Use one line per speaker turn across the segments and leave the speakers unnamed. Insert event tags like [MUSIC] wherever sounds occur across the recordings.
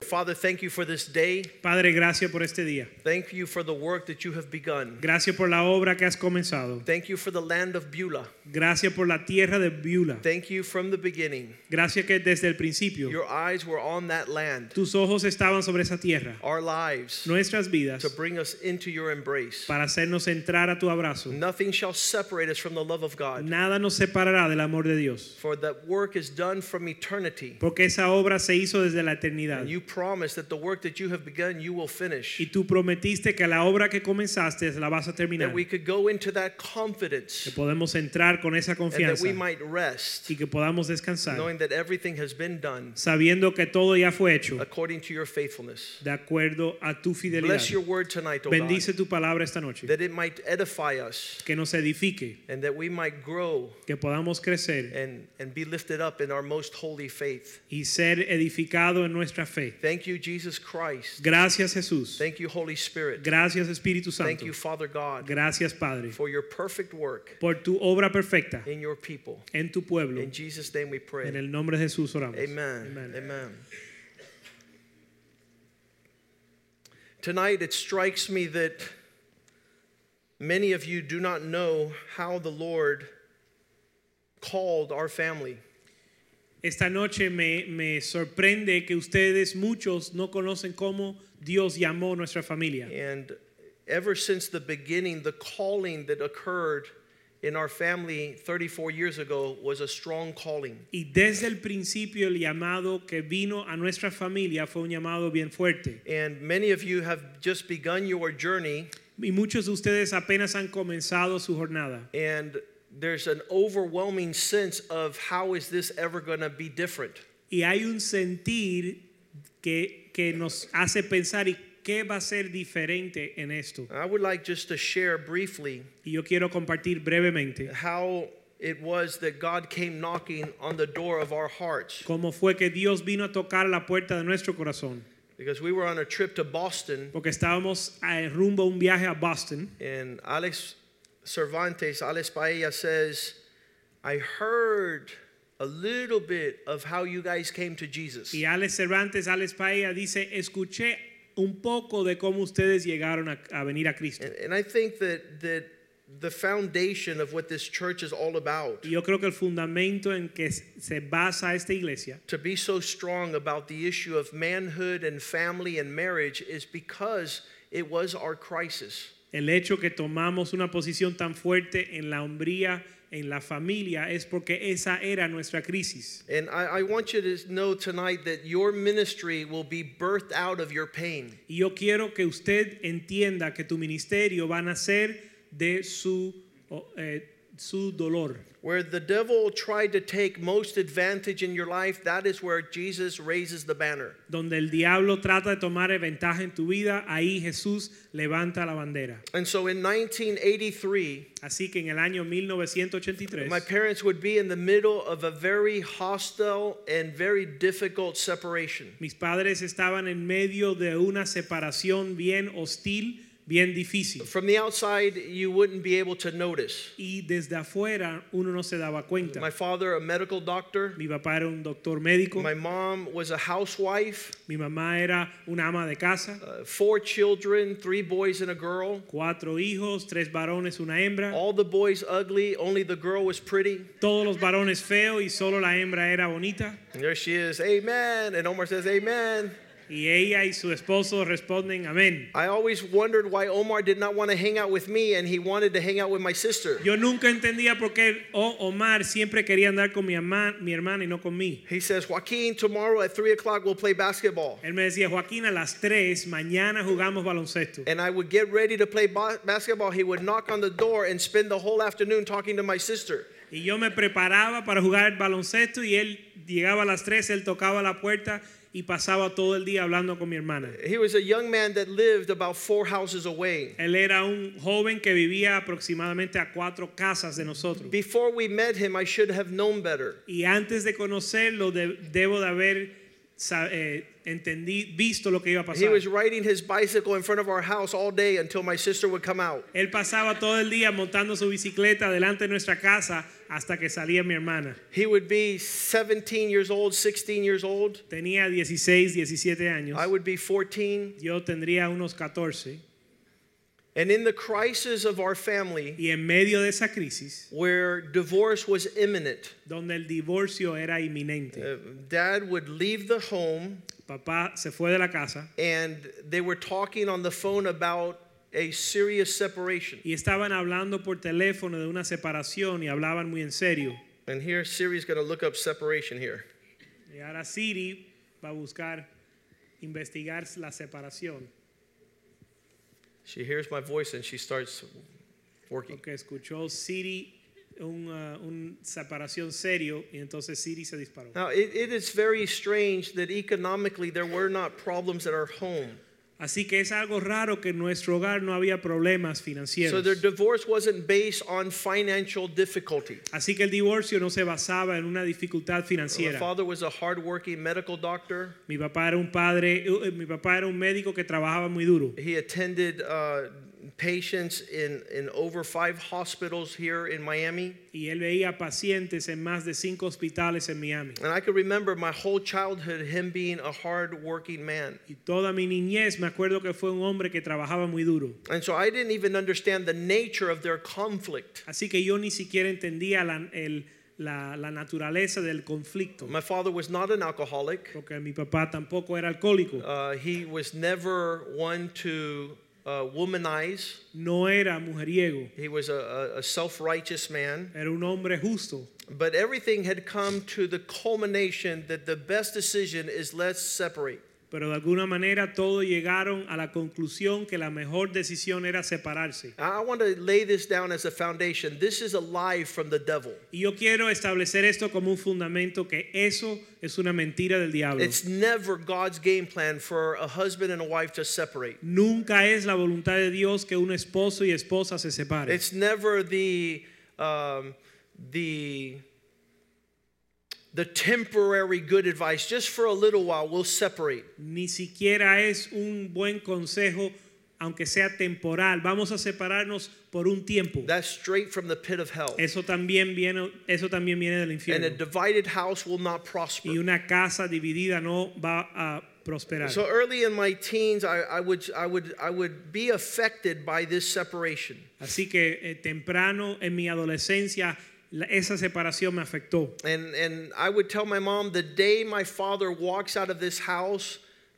Father, thank you for this day.
Padre, gracias por este día.
Thank you for the work that you have begun.
Gracias por la obra que has comenzado.
Thank you for the land of Beulah.
Gracias por la tierra de Beulah.
Thank you from the beginning.
Gracias que desde el principio
Your eyes were on that land,
tus ojos estaban sobre esa tierra.
our lives,
Nuestras vidas
to bring us into your embrace.
para hacernos entrar a tu abrazo.
Nothing shall separate us from the love of God,
Nada nos separará del amor de Dios.
for that work is done from eternity.
Porque esa obra se hizo desde la eternidad.
And you promise that the work that you have begun, you will finish.
Y tú prometiste que la obra que comenzaste la vas a terminar.
That we
Que
could go into that confidence
podemos entrar con esa
and that
confianza
we might rest,
y que podamos descansar
knowing that everything has been done
sabiendo que todo ya fue hecho
according to your faithfulness.
de acuerdo a tu fidelidad.
Bless your word tonight, O God.
Bendice tu palabra esta noche.
that it might edify us
Que nos edifique,
and that we might grow
que podamos crecer
and, and be lifted up in our most holy faith.
y ser edificado en nuestra fe.
Thank you, Jesus Christ.
Gracias Jesús.
Thank you, Holy Spirit.
Gracias Espíritu
Thank
Santo.
you, Father God,
Gracias Padre
for your perfect work
por tu obra perfecta
in your people.
en tu pueblo.
In Jesus' name we
En
pray.
el nombre de Jesús oramos.
Amen.
Amén.
Amen. Tonight, it strikes me that many of you do not know how the Lord called our family.
Esta noche me, me sorprende que ustedes muchos no conocen cómo Dios llamó nuestra familia.
And ever since the beginning, the calling that occurred in our family 34 years ago was a strong calling.
Y desde el principio el llamado que vino a nuestra familia fue un llamado bien fuerte.
And many of you have just begun your journey,
Y muchos de ustedes apenas han comenzado su jornada.
and there's an overwhelming sense of how is this ever going to be different?
Y hay un sentir que, que nos hace pensar y qué va a ser diferente en esto.
I would like just to share briefly
Y yo quiero compartir brevemente
how it was that God came knocking on the door of our hearts.
cómo fue que Dios vino a tocar la puerta de nuestro corazón.
Because we were on a trip to Boston,
Porque estábamos eh, rumbo a un viaje a Boston.
And Alex Cervantes, Alex Paella says, I heard a little bit of how you guys came to Jesus.
Y Alex Cervantes, Alex Paella dice, escuché un poco de cómo ustedes llegaron a, a venir a Cristo.
And, and I think that, that the foundation of what this church is all about,
Y yo creo que el fundamento en que s- se basa esta iglesia
to be so strong about the issue of manhood and family and marriage, is because it was our crisis.
El hecho que tomamos una posición tan fuerte en la hombría, en la familia, es porque esa era nuestra crisis.
And I, I want you to know tonight that your ministry will be birthed out of your pain.
Y yo quiero que usted entienda que tu ministerio va a nacer de su, o, eh, su dolor.
Where the devil tried to take most advantage in your life, that is where Jesus raises the banner.
Donde el diablo trata de tomar ventaja en tu vida, ahí Jesús levanta la bandera.
And so in 1983,
Así que en el año 1983,
my parents would be in the middle of a very hostile and very difficult separation.
mis padres estaban en medio de una separación bien hostil, bien difícil.
From the outside, you wouldn't be able to notice.
Y desde afuera uno no se daba cuenta.
My father, a medical doctor,
mi papá era un doctor médico,
my mom was a housewife,
mi mamá era una ama de casa,
uh, four children, three boys and a girl.
cuatro hijos, tres varones, una hembra.
All the boys ugly, only the girl was pretty.
Todos los varones feos y solo la hembra era bonita.
And there she is, amen. And Omar says, amen.
Y ella y su esposo responden amén.
I always wondered why Omar did not want to hang out with me and he wanted to hang out with my sister.
Yo nunca entendía por qué O- Omar siempre quería andar con mi, ama- mi hermana y no con mí.
He says, Joaquin, tomorrow at 3 o'clock we'll play basketball.
Él me decía, Joaquín, a las 3 mañana jugamos baloncesto.
And I would get ready to play ba- basketball. He would knock on the door and spend the whole afternoon talking to my sister.
Y yo me preparaba para jugar baloncesto y él llegaba a las 3, él tocaba la puerta y pasaba todo el día hablando con mi hermana.
He was a young man that lived about four houses away.
Él era un joven que vivía aproximadamente a cuatro casas de nosotros.
Before we met him, I should have known better.
Y antes de conocerlo, de- debo de haber sa- eh, entendí, visto lo que iba a
He
pasar.
was riding his bicycle in front of our house all day until my sister would come out.
Él pasaba todo el día montando su bicicleta delante de nuestra casa hasta que salía mi hermana.
He would be 17 years old, 16 years old.
Tenía 16, 17 años.
I would be 14.
Yo tendría unos 14.
And in the crisis of our family,
Y en medio de esa crisis,
where divorce was imminent,
donde el divorcio era
uh,
inminente,
dad would leave the home
papá se fue de la casa
and they were talking on the phone about a serious separation.
y estaban hablando por teléfono de una separación y hablaban muy en serio.
And here Siri's going to look up separation here.
Y ahora Siri va a buscar investigar la separación,
She hears my voice and she starts working.
porque escuchó Siri una, un separación serio y entonces Siri se disparó.
Now, it, it is very strange that economically there were not problems at our home.
Así que es algo raro que en nuestro hogar no había problemas
So
financieros.
their divorce wasn't based on financial difficulty.
Así que el divorcio no se basaba en una dificultad
My
financiera.
father was a hardworking medical doctor.
Mi papá era un padre, eh, mi papá era un médico que trabajaba muy duro.
He attended uh, patients in, in over five hospitals here in Miami.
Y él veía pacientes en más de cinco hospitales en Miami.
And I can remember my whole childhood him being a hardworking man.
Y toda mi niñez me acuerdo que fue un hombre que trabajaba muy duro.
And so I didn't even understand the nature of their conflict.
Así que yo ni siquiera entendía la, el- la- la naturaleza del conflicto.
My father was not an alcoholic.
Porque mi papá tampoco era alcohólico.
Uh, he was never one to uh, womanize.
No era mujeriego.
He was a, a, a self-righteous man.
Era un hombre justo.
But everything had come to the culmination that the best decision is let's separate.
Pero de alguna manera todos llegaron a la conclusión que la mejor decisión era separarse.
I want to lay this down as a foundation. This is a lie from the devil.
Y yo quiero establecer esto como un fundamento que eso es una mentira del diablo.
It's never God's game plan for a husband and a wife to separate.
Nunca es la voluntad de Dios que un esposo y esposa se separen.
It's never the um, the the temporary good advice. Just for a little while, we'll separate.
Ni siquiera es un buen consejo, aunque sea temporal. Vamos a separarnos por un tiempo.
That's straight from the pit of hell.
Eso también viene, eso también viene del
And a
infierno.
divided house will not prosper.
Y una casa dividida no va a prosperar.
So early in my teens, I, I would I would I would be affected by this separation,
Así que eh, temprano en mi adolescencia la- esa separación me afectó.
and and I would tell my mom the day my father walks out of this house,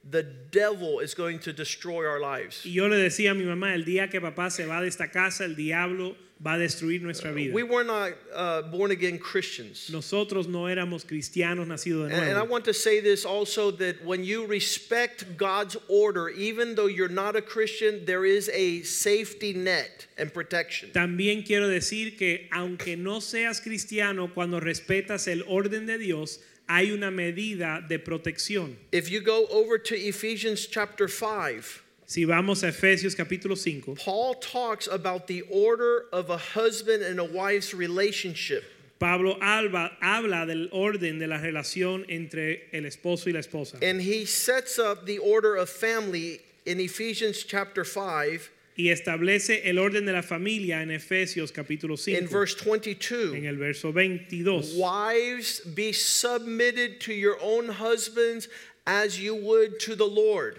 the devil is going to destroy our lives.
Y yo le decía a mi mamá, el día que papá se va de esta casa, el diablo va a destruir nuestra vida.
We were not uh, born again Christians,
Nosotros no éramos cristianos nacidos de
and, and I
nuevo.
want to say this also that when you respect God's order, even though you're not a Christian, there is a safety net and protection.
También quiero decir que aunque no seas cristiano, cuando respetas el orden de Dios, hay una medida de protección.
If you go over to Ephesians chapter five.
Si vamos a Efesios capítulo 5,
Paul talks about the order of a husband and a wife's relationship.
Pablo Alba habla del orden de la relación entre el esposo y la esposa.
And he sets up the order of family in Ephesians chapter 5
y establece el orden de la familia en Efesios capítulo
in
5
verse
en
22.
el verso 22
Wives, be submitted to your own husbands as you would to the Lord.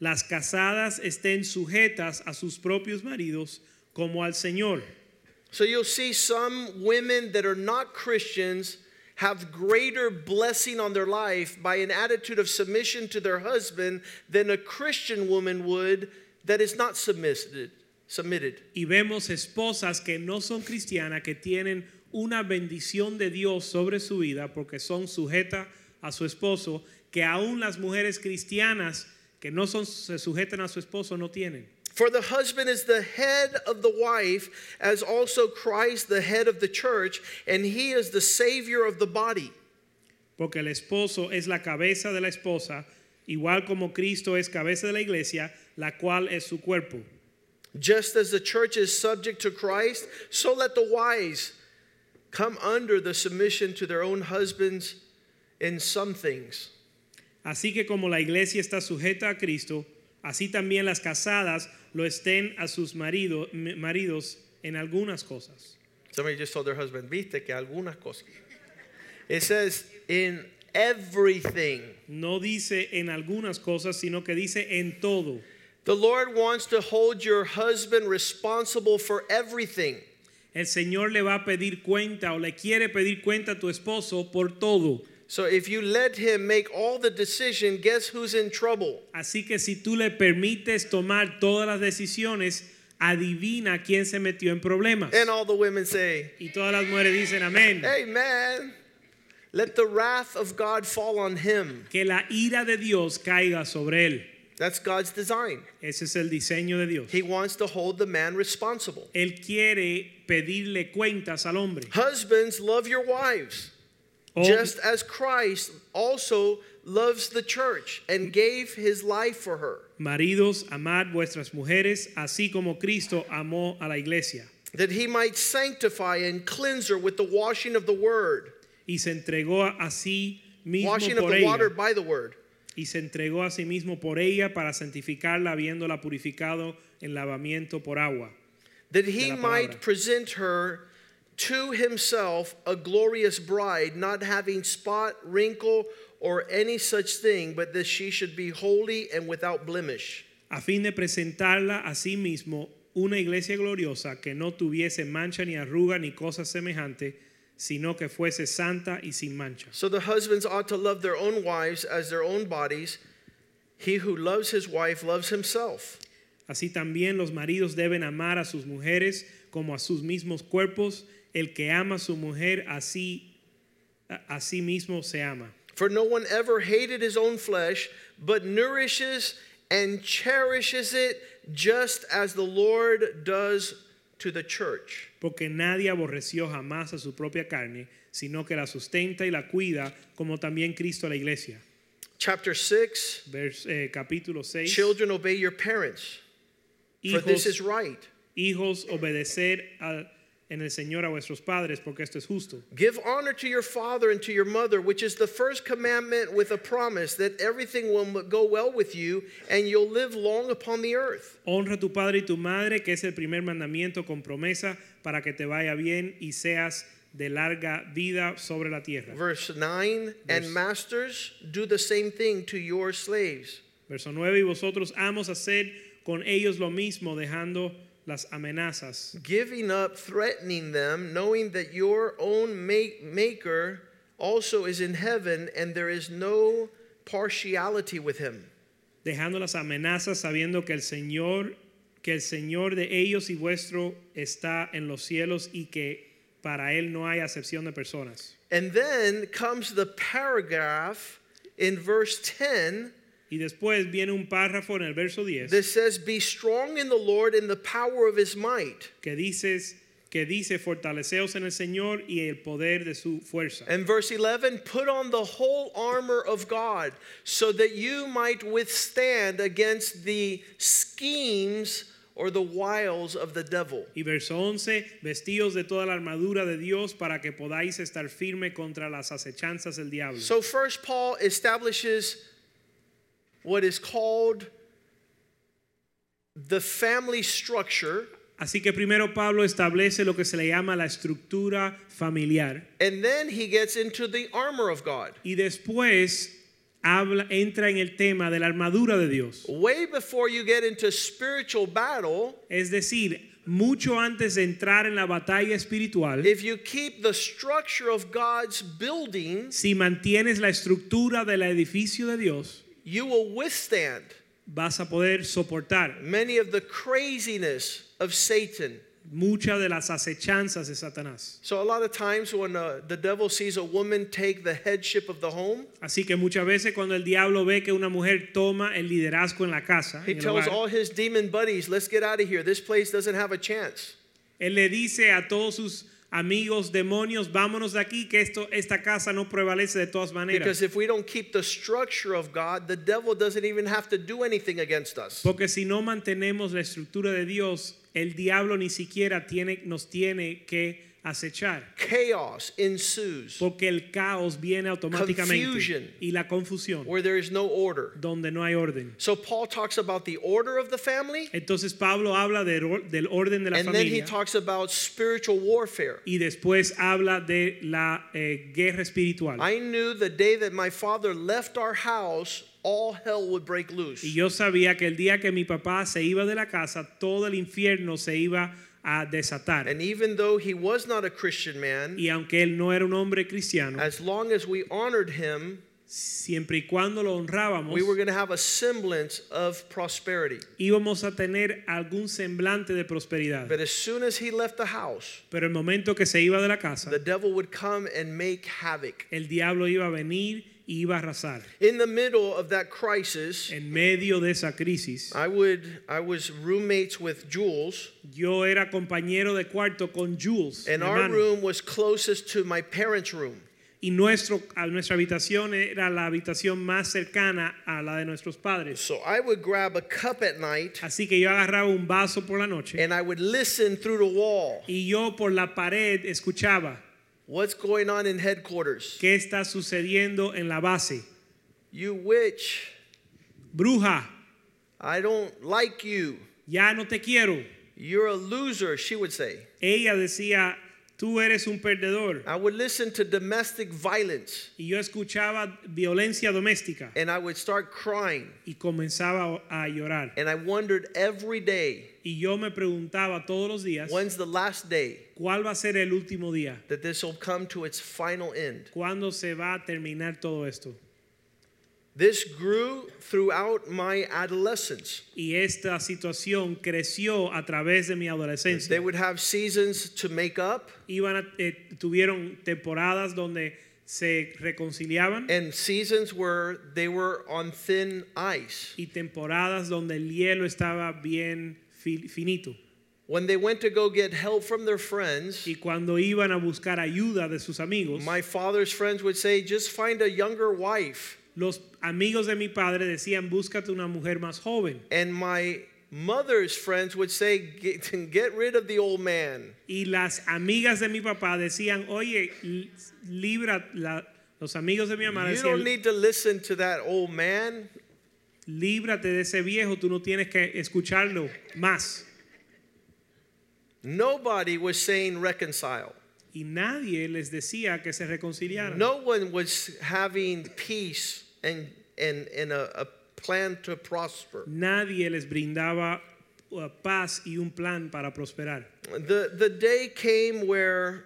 las casadas estén sujetas a sus propios maridos como al Señor
So you'll see some women that are not Christians have greater blessing on their life by an attitude of submission to their husband than a Christian woman would that is not submitted. Submitted.
y vemos esposas que no son cristianas que tienen una bendición de Dios sobre su vida porque son sujetas a su esposo que aún las mujeres cristianas que no son, se sujetan a su esposo no tienen
For the husband is the head of the wife, as also Christ the head of the church, and he is the savior of the body.
porque el esposo es la cabeza de la esposa, igual como Cristo es cabeza de la iglesia, la cual es su cuerpo.
Just as the church is subject to Christ, so let the wives come under the submission to their own husbands in some things.
Así que como la iglesia está sujeta a Cristo, así también las casadas lo estén a sus marido- m- maridos en algunas cosas.
Somebody just told their husband, viste que algunas cosas. It says, in everything.
No dice en algunas cosas, sino que dice en todo.
The Lord wants to hold your husband responsible for everything.
El Señor le va a pedir cuenta o le quiere pedir cuenta a tu esposo por todo.
So if you let him make all the decision, guess who's in trouble?
Así que si tú le permites tomar todas las decisiones, adivina quién se metió en problemas.
And all the women say,
Y todas las mujeres dicen amén.
Eh. Amen. Let the wrath of God fall on him.
Que la ira de Dios caiga sobre él.
That's God's design.
Ese es el diseño de Dios.
He wants to hold the man responsible.
Él quiere pedirle cuentas al hombre.
Husbands, love your wives,
Hom-
just as Christ also loves the church and gave his life for her.
Oh, Maridos, amad vuestras mujeres, así como Cristo amó a la iglesia
that he might sanctify and cleanse her with the washing of the word,
y se entregó a sí mismo
washing of
por
the
ella.
water by the word,
y se entregó a sí mismo por ella para santificarla, habiéndola purificado en lavamiento por agua,
that
De
he
la palabra.
might present her to himself a glorious bride, not having spot, wrinkle, or any such thing, but that she should be holy and without blemish.
a fin de presentarla a sí mismo una iglesia gloriosa que no tuviese mancha ni arruga ni cosa semejante, sino que fuese santa y sin mancha.
So the husbands ought to love their own wives as their own bodies. He who loves his wife loves himself.
Así también los maridos deben amar a sus mujeres como a sus mismos cuerpos. El que ama a su mujer así a a sí mismo se ama.
For no one ever hated his own flesh, but nourishes and cherishes it just as the Lord does to the church.
Porque nadie aborreció jamás a su propia carne, sino que la sustenta y la cuida, como también Cristo a la iglesia.
Chapter 6
Vers- eh, capítulo 6.
Children, obey your parents, for this is
hijos,
right.
hijos, obedecer al- en el Señor a vuestros padres, porque esto es justo.
Give honor to your father and to your mother, which is the first commandment with a promise that everything will go well with you and you'll live long upon the earth.
Honra a tu padre y tu madre, que es el primer mandamiento con promesa para que te vaya bien y seas de larga vida sobre la tierra.
Verse 9 And masters, do the same thing to your slaves.
Verso 9, y vosotros amos hacer con ellos lo mismo, dejando las amenazas,
giving up, threatening them, knowing that your own make, maker also is in heaven and there is no partiality with him.
dejando las amenazas, sabiendo que el Señor, que el Señor de ellos y vuestro está en los cielos y que para él no hay acepción de personas.
And then comes the paragraph in verse 10
Y después viene un párrafo en el verso 10
that says, Be strong in the Lord in the power of his might.
que dices que dice fortaleceos en el Señor y el poder de su fuerza.
And verse 11, put on the whole armor of God so that you might withstand against the schemes or the wiles of the devil.
Y verso 11, vestíos de toda la armadura de Dios para que podáis estar firme contra las acechanzas del diablo.
So first Paul establishes what is called the family structure
Así que primero Pablo establece lo que se le llama la estructura familiar
and then he gets into the armor of God.
y después habla, entra en el tema de la armadura de Dios.
Way before you get into spiritual battle,
Es decir, mucho antes de entrar en la batalla espiritual,
if you keep the structure of God's building,
si mantienes la estructura del edificio de Dios,
you will withstand
vas a poder soportar
many of the craziness of Satan.
muchas de las acechanzas de Satanás.
So a lot of times when uh, the devil sees a woman take the headship of the home,
Así que muchas veces cuando el diablo ve que una mujer toma el liderazgo en la casa,
He
en el
tells
hogar,
all his demon buddies, let's get out of here. This place doesn't have a chance.
él le dice a todos sus amigos, demonios, vámonos de aquí, que esto, esta casa no prevalece de todas maneras.
Because if we don't keep the structure of God, the devil doesn't even have to do anything against us.
Porque si no mantenemos la estructura de Dios, el diablo ni siquiera tiene, nos tiene que acechar.
Chaos ensues
Porque el caos viene automáticamente
Confusion.
y la confusión,
where there is no order.
donde no hay orden.
So Paul talks about the order of the family,
Entonces Pablo habla del or- del orden de la
and then he
familia
talks about spiritual warfare.
y después habla de la eh, guerra espiritual.
I knew the day that my father left our house, all hell would break loose.
Y yo sabía que el día que mi papá se iba de la casa, todo el infierno se iba a desatar.
And even though he was not a Christian man,
Y aunque él no era un hombre cristiano,
as long as we honored him,
siempre y cuando lo honrábamos,
we were going to have a semblance of prosperity.
íbamos a tener algún semblante de prosperidad.
But as soon as he left the house,
Pero el momento que se iba de la casa,
the devil would come and make havoc.
el diablo iba a venir y iba a arrasar.
In the middle of that crisis,
En medio de esa crisis,
I would I was roommates with Jules,
yo era compañero de cuarto con Jules,
and
mi
our
hermano,
room was closest to my parents' room.
y nuestro, a nuestra habitación era la habitación más cercana a la de nuestros padres.
So I would grab a cup at night
Así que yo agarraba un vaso por la noche
and I would listen through the wall.
y yo por la pared escuchaba
What's going on in headquarters?
qué está sucediendo en la base.
You witch,
Bruja,
I don't like you.
ya no te quiero.
You're a loser, she would say.
Ella decía, tú eres un perdedor.
I would listen to domestic violence
Y yo escuchaba violencia doméstica
and I would start crying.
y comenzaba a llorar.
And I wondered every day,
Y yo me preguntaba todos los días,
when's the last day
¿cuál va a ser el último día?
that this will come to its final end?
¿Cuándo se va a terminar todo esto?
This grew throughout my adolescence.
Y esta situación creció a través de mi adolescencia.
They would have seasons to make up
iban a- eh, tuvieron temporadas donde se reconciliaban
and seasons where they were on thin ice.
y temporadas donde el hielo estaba bien fi- finito.
When they went to go get help from their friends,
Y cuando iban a buscar ayuda de sus amigos,
my father's friends would say, just find a younger wife.
los amigos de mi padre decían, búscate una mujer más joven.
And my mother's friends would say, get, [LAUGHS] get rid of the old man.
Y las amigas de mi papá decían, oye, li- libra, la- los amigos de mi mamá
You don't
decían,
need to listen to that old man.
líbrate de ese viejo, tú no tienes que escucharlo más.
Nobody was saying reconcile.
Y nadie les decía que se reconciliaran.
No one was having peace and, and, and a, a plan to prosper.
Nadie les brindaba uh, paz y un plan para prosperar.
The, the day came where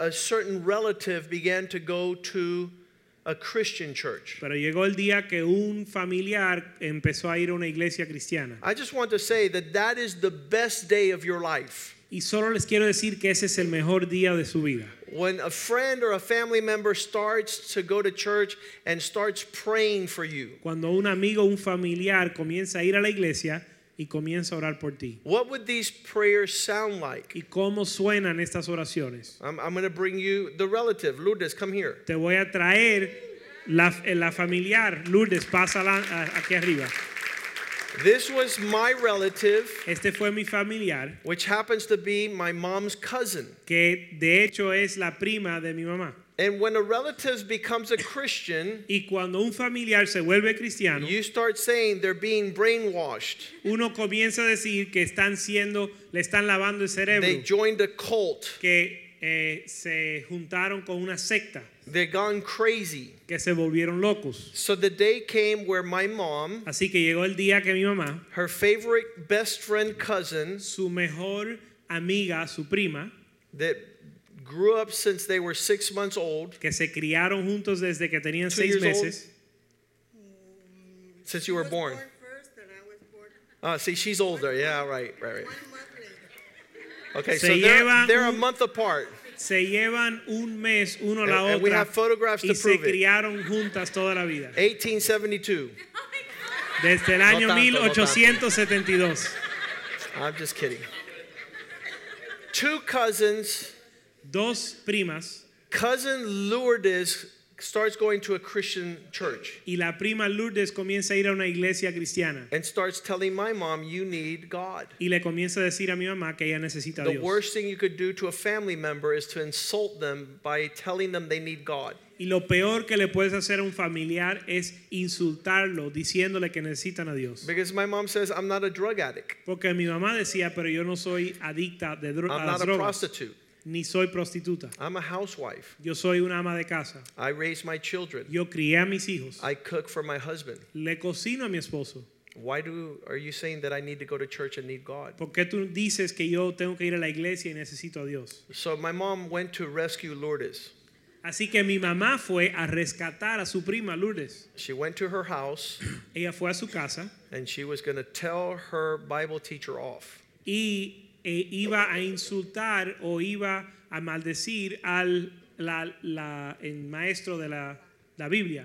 a certain relative began to go to a Christian church.
Pero llegó el día que un familiar empezó a ir a una iglesia cristiana.
I just want to say that that is the best day of your life.
Y solo les quiero decir que ese es el mejor día de su vida.
When a friend or a family member starts to go to church and starts praying for you,
Cuando un amigo, un familiar comienza a ir a la iglesia y comienza a orar por ti.
what would these prayers sound like?
¿Y cómo suenan estas oraciones?
I'm, I'm going to bring you the relative. Lourdes, come here.
Te voy a traer la, eh, la familiar. Lourdes, pásala a- aquí arriba.
This was my relative,
Este fue mi familiar,
which happens to be my mom's cousin.
que de hecho es la prima de mi mamá.
And when a relative becomes a Christian,
Y cuando un familiar se vuelve cristiano,
you start saying they're being brainwashed.
uno comienza a decir que están siendo, le están lavando
They
el cerebro,
joined a cult.
que eh, se juntaron con una secta,
They're gone crazy.
que se volvieron locos.
So the day came where my mom,
Así que llegó el día que mi mamá,
her favorite best friend cousin,
su mejor amiga, su prima,
that grew up since they were six months old,
que se criaron juntos desde que tenían
Two
seis
years old.
meses.
since you were
was
born.
first, and I was born
Uh, see, she's older. Yeah, right, right, right.
one month later.
Okay, so
Se
they're,
llevan
they're a
un-
month apart.
Se llevan un mes uno a la
And- and we
otra
have photographs
y
to
se
prove it.
criaron juntas toda la vida.
1872.
Desde el
No
año
tanto, no tanto.
1872.
I'm just kidding. Two cousins
dos primas
Cousin Lourdes starts going to a Christian church
y la prima Lourdes comienza a ir a una iglesia cristiana
and starts telling my mom, You need God.
y le comienza a decir a mi mamá que ella necesita a
The
Dios.
worst thing you could do to a family member is to insult them by telling them they need God.
Y lo peor que le puedes hacer a un familiar es insultarlo diciéndole que necesitan a Dios.
Because my mom says, I'm not a drug addict,
Porque mi mamá decía, pero yo no soy adicta de dro- uh,
I'm
a las
not a
drogas,
prostitute,
ni soy prostituta.
I'm a housewife.
Yo soy una ama de casa.
I raise my children,
Yo crié a mis hijos.
I cook for my husband.
Le cocino a mi esposo.
Why do are you saying that I need to go to church and need God?
¿Por qué tú dices que yo tengo que ir a la iglesia y necesito a Dios?
So my mom went to rescue Lourdes.
Así que mi mamá fue a rescatar a su prima Lourdes.
She went to her
[CLEARS THROAT]
house
Ella fue a su casa
and she was going to tell her Bible teacher off.
y eh, iba a insultar o iba a maldecir al la- la- el maestro de la, la Biblia,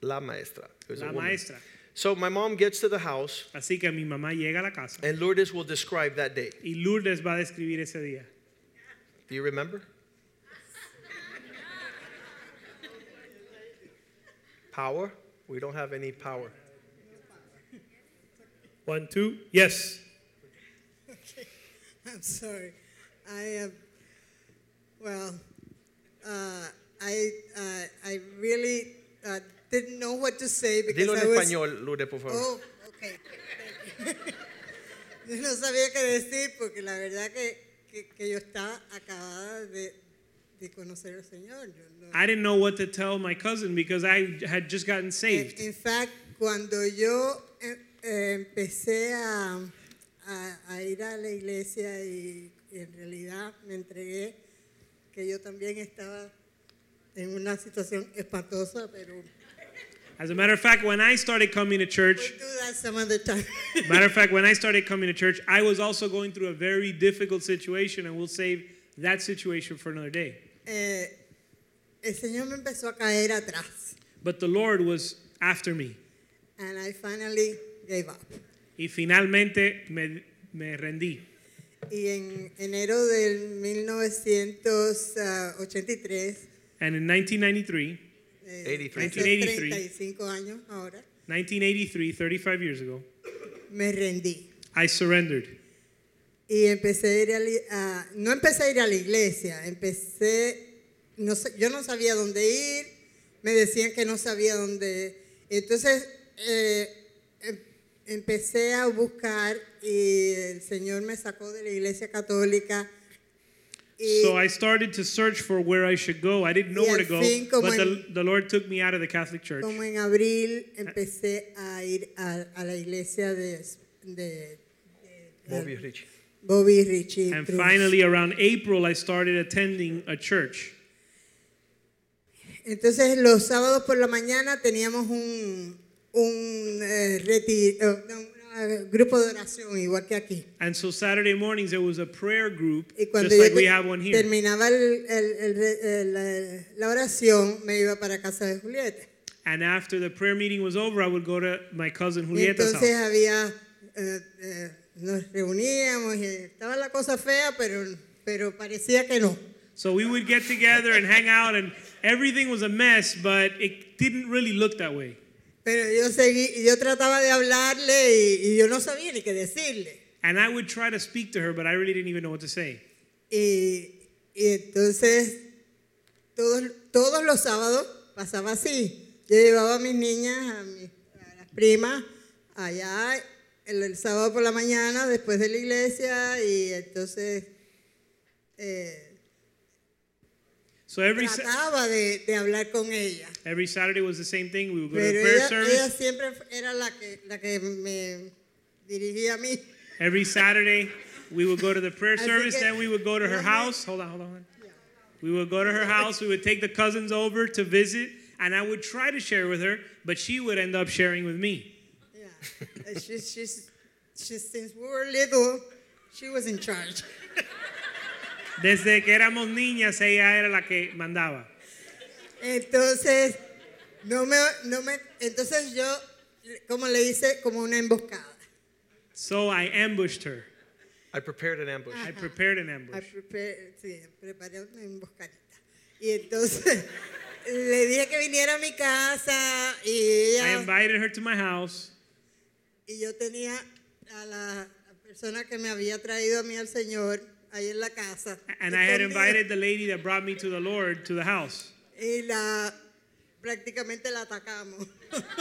La maestra. It was a
la
woman.
maestra.
So my mom gets to the house
Así que mi mamá llega a la casa
and Lourdes will describe that day.
y Lourdes va a describir ese día.
Do you remember? Power? We don't have any power.
One, two, yes.
I'm sorry. I am, well, uh, I, uh, I really uh, didn't know what to say because
Dilo en
I was.
español, Lourdes, por favor.
Oh, okay. [LAUGHS] Yo no sabía qué decir porque la verdad que, que, que yo estaba acabada de, de conocer al Señor. Yo no-
I didn't know what to tell my cousin because I had just gotten saved.
En fact, cuando yo eh, eh, empecé a, a- a ir a la iglesia y, y en realidad me entregué, que yo también estaba en una situación espantosa, pero
As a matter of fact, when I started coming to church,
we'll do that some other time.
Matter of fact, when I started coming to church, I was also going through a very difficult situation, and we'll save that situation for another day.
Eh, el Señor me empezó a caer atrás,
But the Lord was after me.
and I finally gave up.
Y finalmente me, me rendí.
Y en enero del ah, 1983,
And in 1993,
eh,
83.
hace
1983.
35 años ahora,
1983, 35 years ago,
me rendí.
I surrendered.
Y empecé a ir a, la- a- no empecé a ir a la iglesia, empecé, no sé- yo no sabía dónde ir, me decían que no sabía dónde. Entonces eh, em- empecé a buscar y el Señor me sacó de la iglesia católica. Y,
So I started to search for where I should go. I didn't know
Y
where to
al
go,
fin, como
but the,
en-
the Lord took me out of the Catholic Church.
como en abril empecé a ir a, a la iglesia de, de
Bobby Rich.
Bobby Richie.
And
Cruz.
finally, around April, I started attending a church.
Entonces los sábados por la mañana teníamos un, un, eh, reti- eh, no, un, eh, grupo de oración igual que aquí.
And so Saturday mornings there was a prayer group,
Y cuando
just
yo
like we
te-
have one here.
terminaba el- el- el re- el, eh, la oración, me iba para casa de Julieta.
And after the prayer meeting was over, I would go to my cousin
Y
Julieta's
entonces
house.
había, eh, eh, nos reuníamos y estaba la cosa fea, pero, pero parecía que no.
So we would get together and hang out, and everything was a mess, but it didn't really look that way.
Pero yo seguí, y yo trataba de hablarle y- y yo no sabía ni qué decirle.
And I would try to speak to her, but I really didn't even know what to say.
Y, y entonces, todos, todos los sábados pasaba así. Yo llevaba a mis niñas, a, mis- a las primas, allá el, el sábado por la mañana, después de la iglesia, y entonces eh,
So every Sa-
trataba de, de hablar con ella.
every Saturday was the same thing. We would go to
Pero
a Pues, prayer
ella, ella
service
siempre era la que, la que me dirigía a mí.
every Saturday. We would go to the prayer
Así
service,
que-
then we would go to her
Déjame-
house. Hold on, hold on. Hold on. We would go to her house. We would take the cousins over to visit, and I would try to share with her, but she would end up sharing with me.
Yeah.
[LAUGHS]
Uh, she, she's, she, since we were little, she was in charge.
Desde que éramos niñas, ella era la que mandaba.
Entonces, no me, no me, entonces yo, como le hice, como una emboscada.
So I ambushed her.
I prepared an ambush.
Ah,
I prepared an ambush.
I prepare- sí, preparé una emboscadita. Y entonces [LAUGHS] le dije que viniera a mi casa y
I
ella-
invited her to my house.
y yo tenía a la persona que me había traído a mí al Señor ahí en la casa.
And I had
escondida.
invited the lady that brought me to the Lord to the house.
[LAUGHS] Y la prácticamente la atacamos.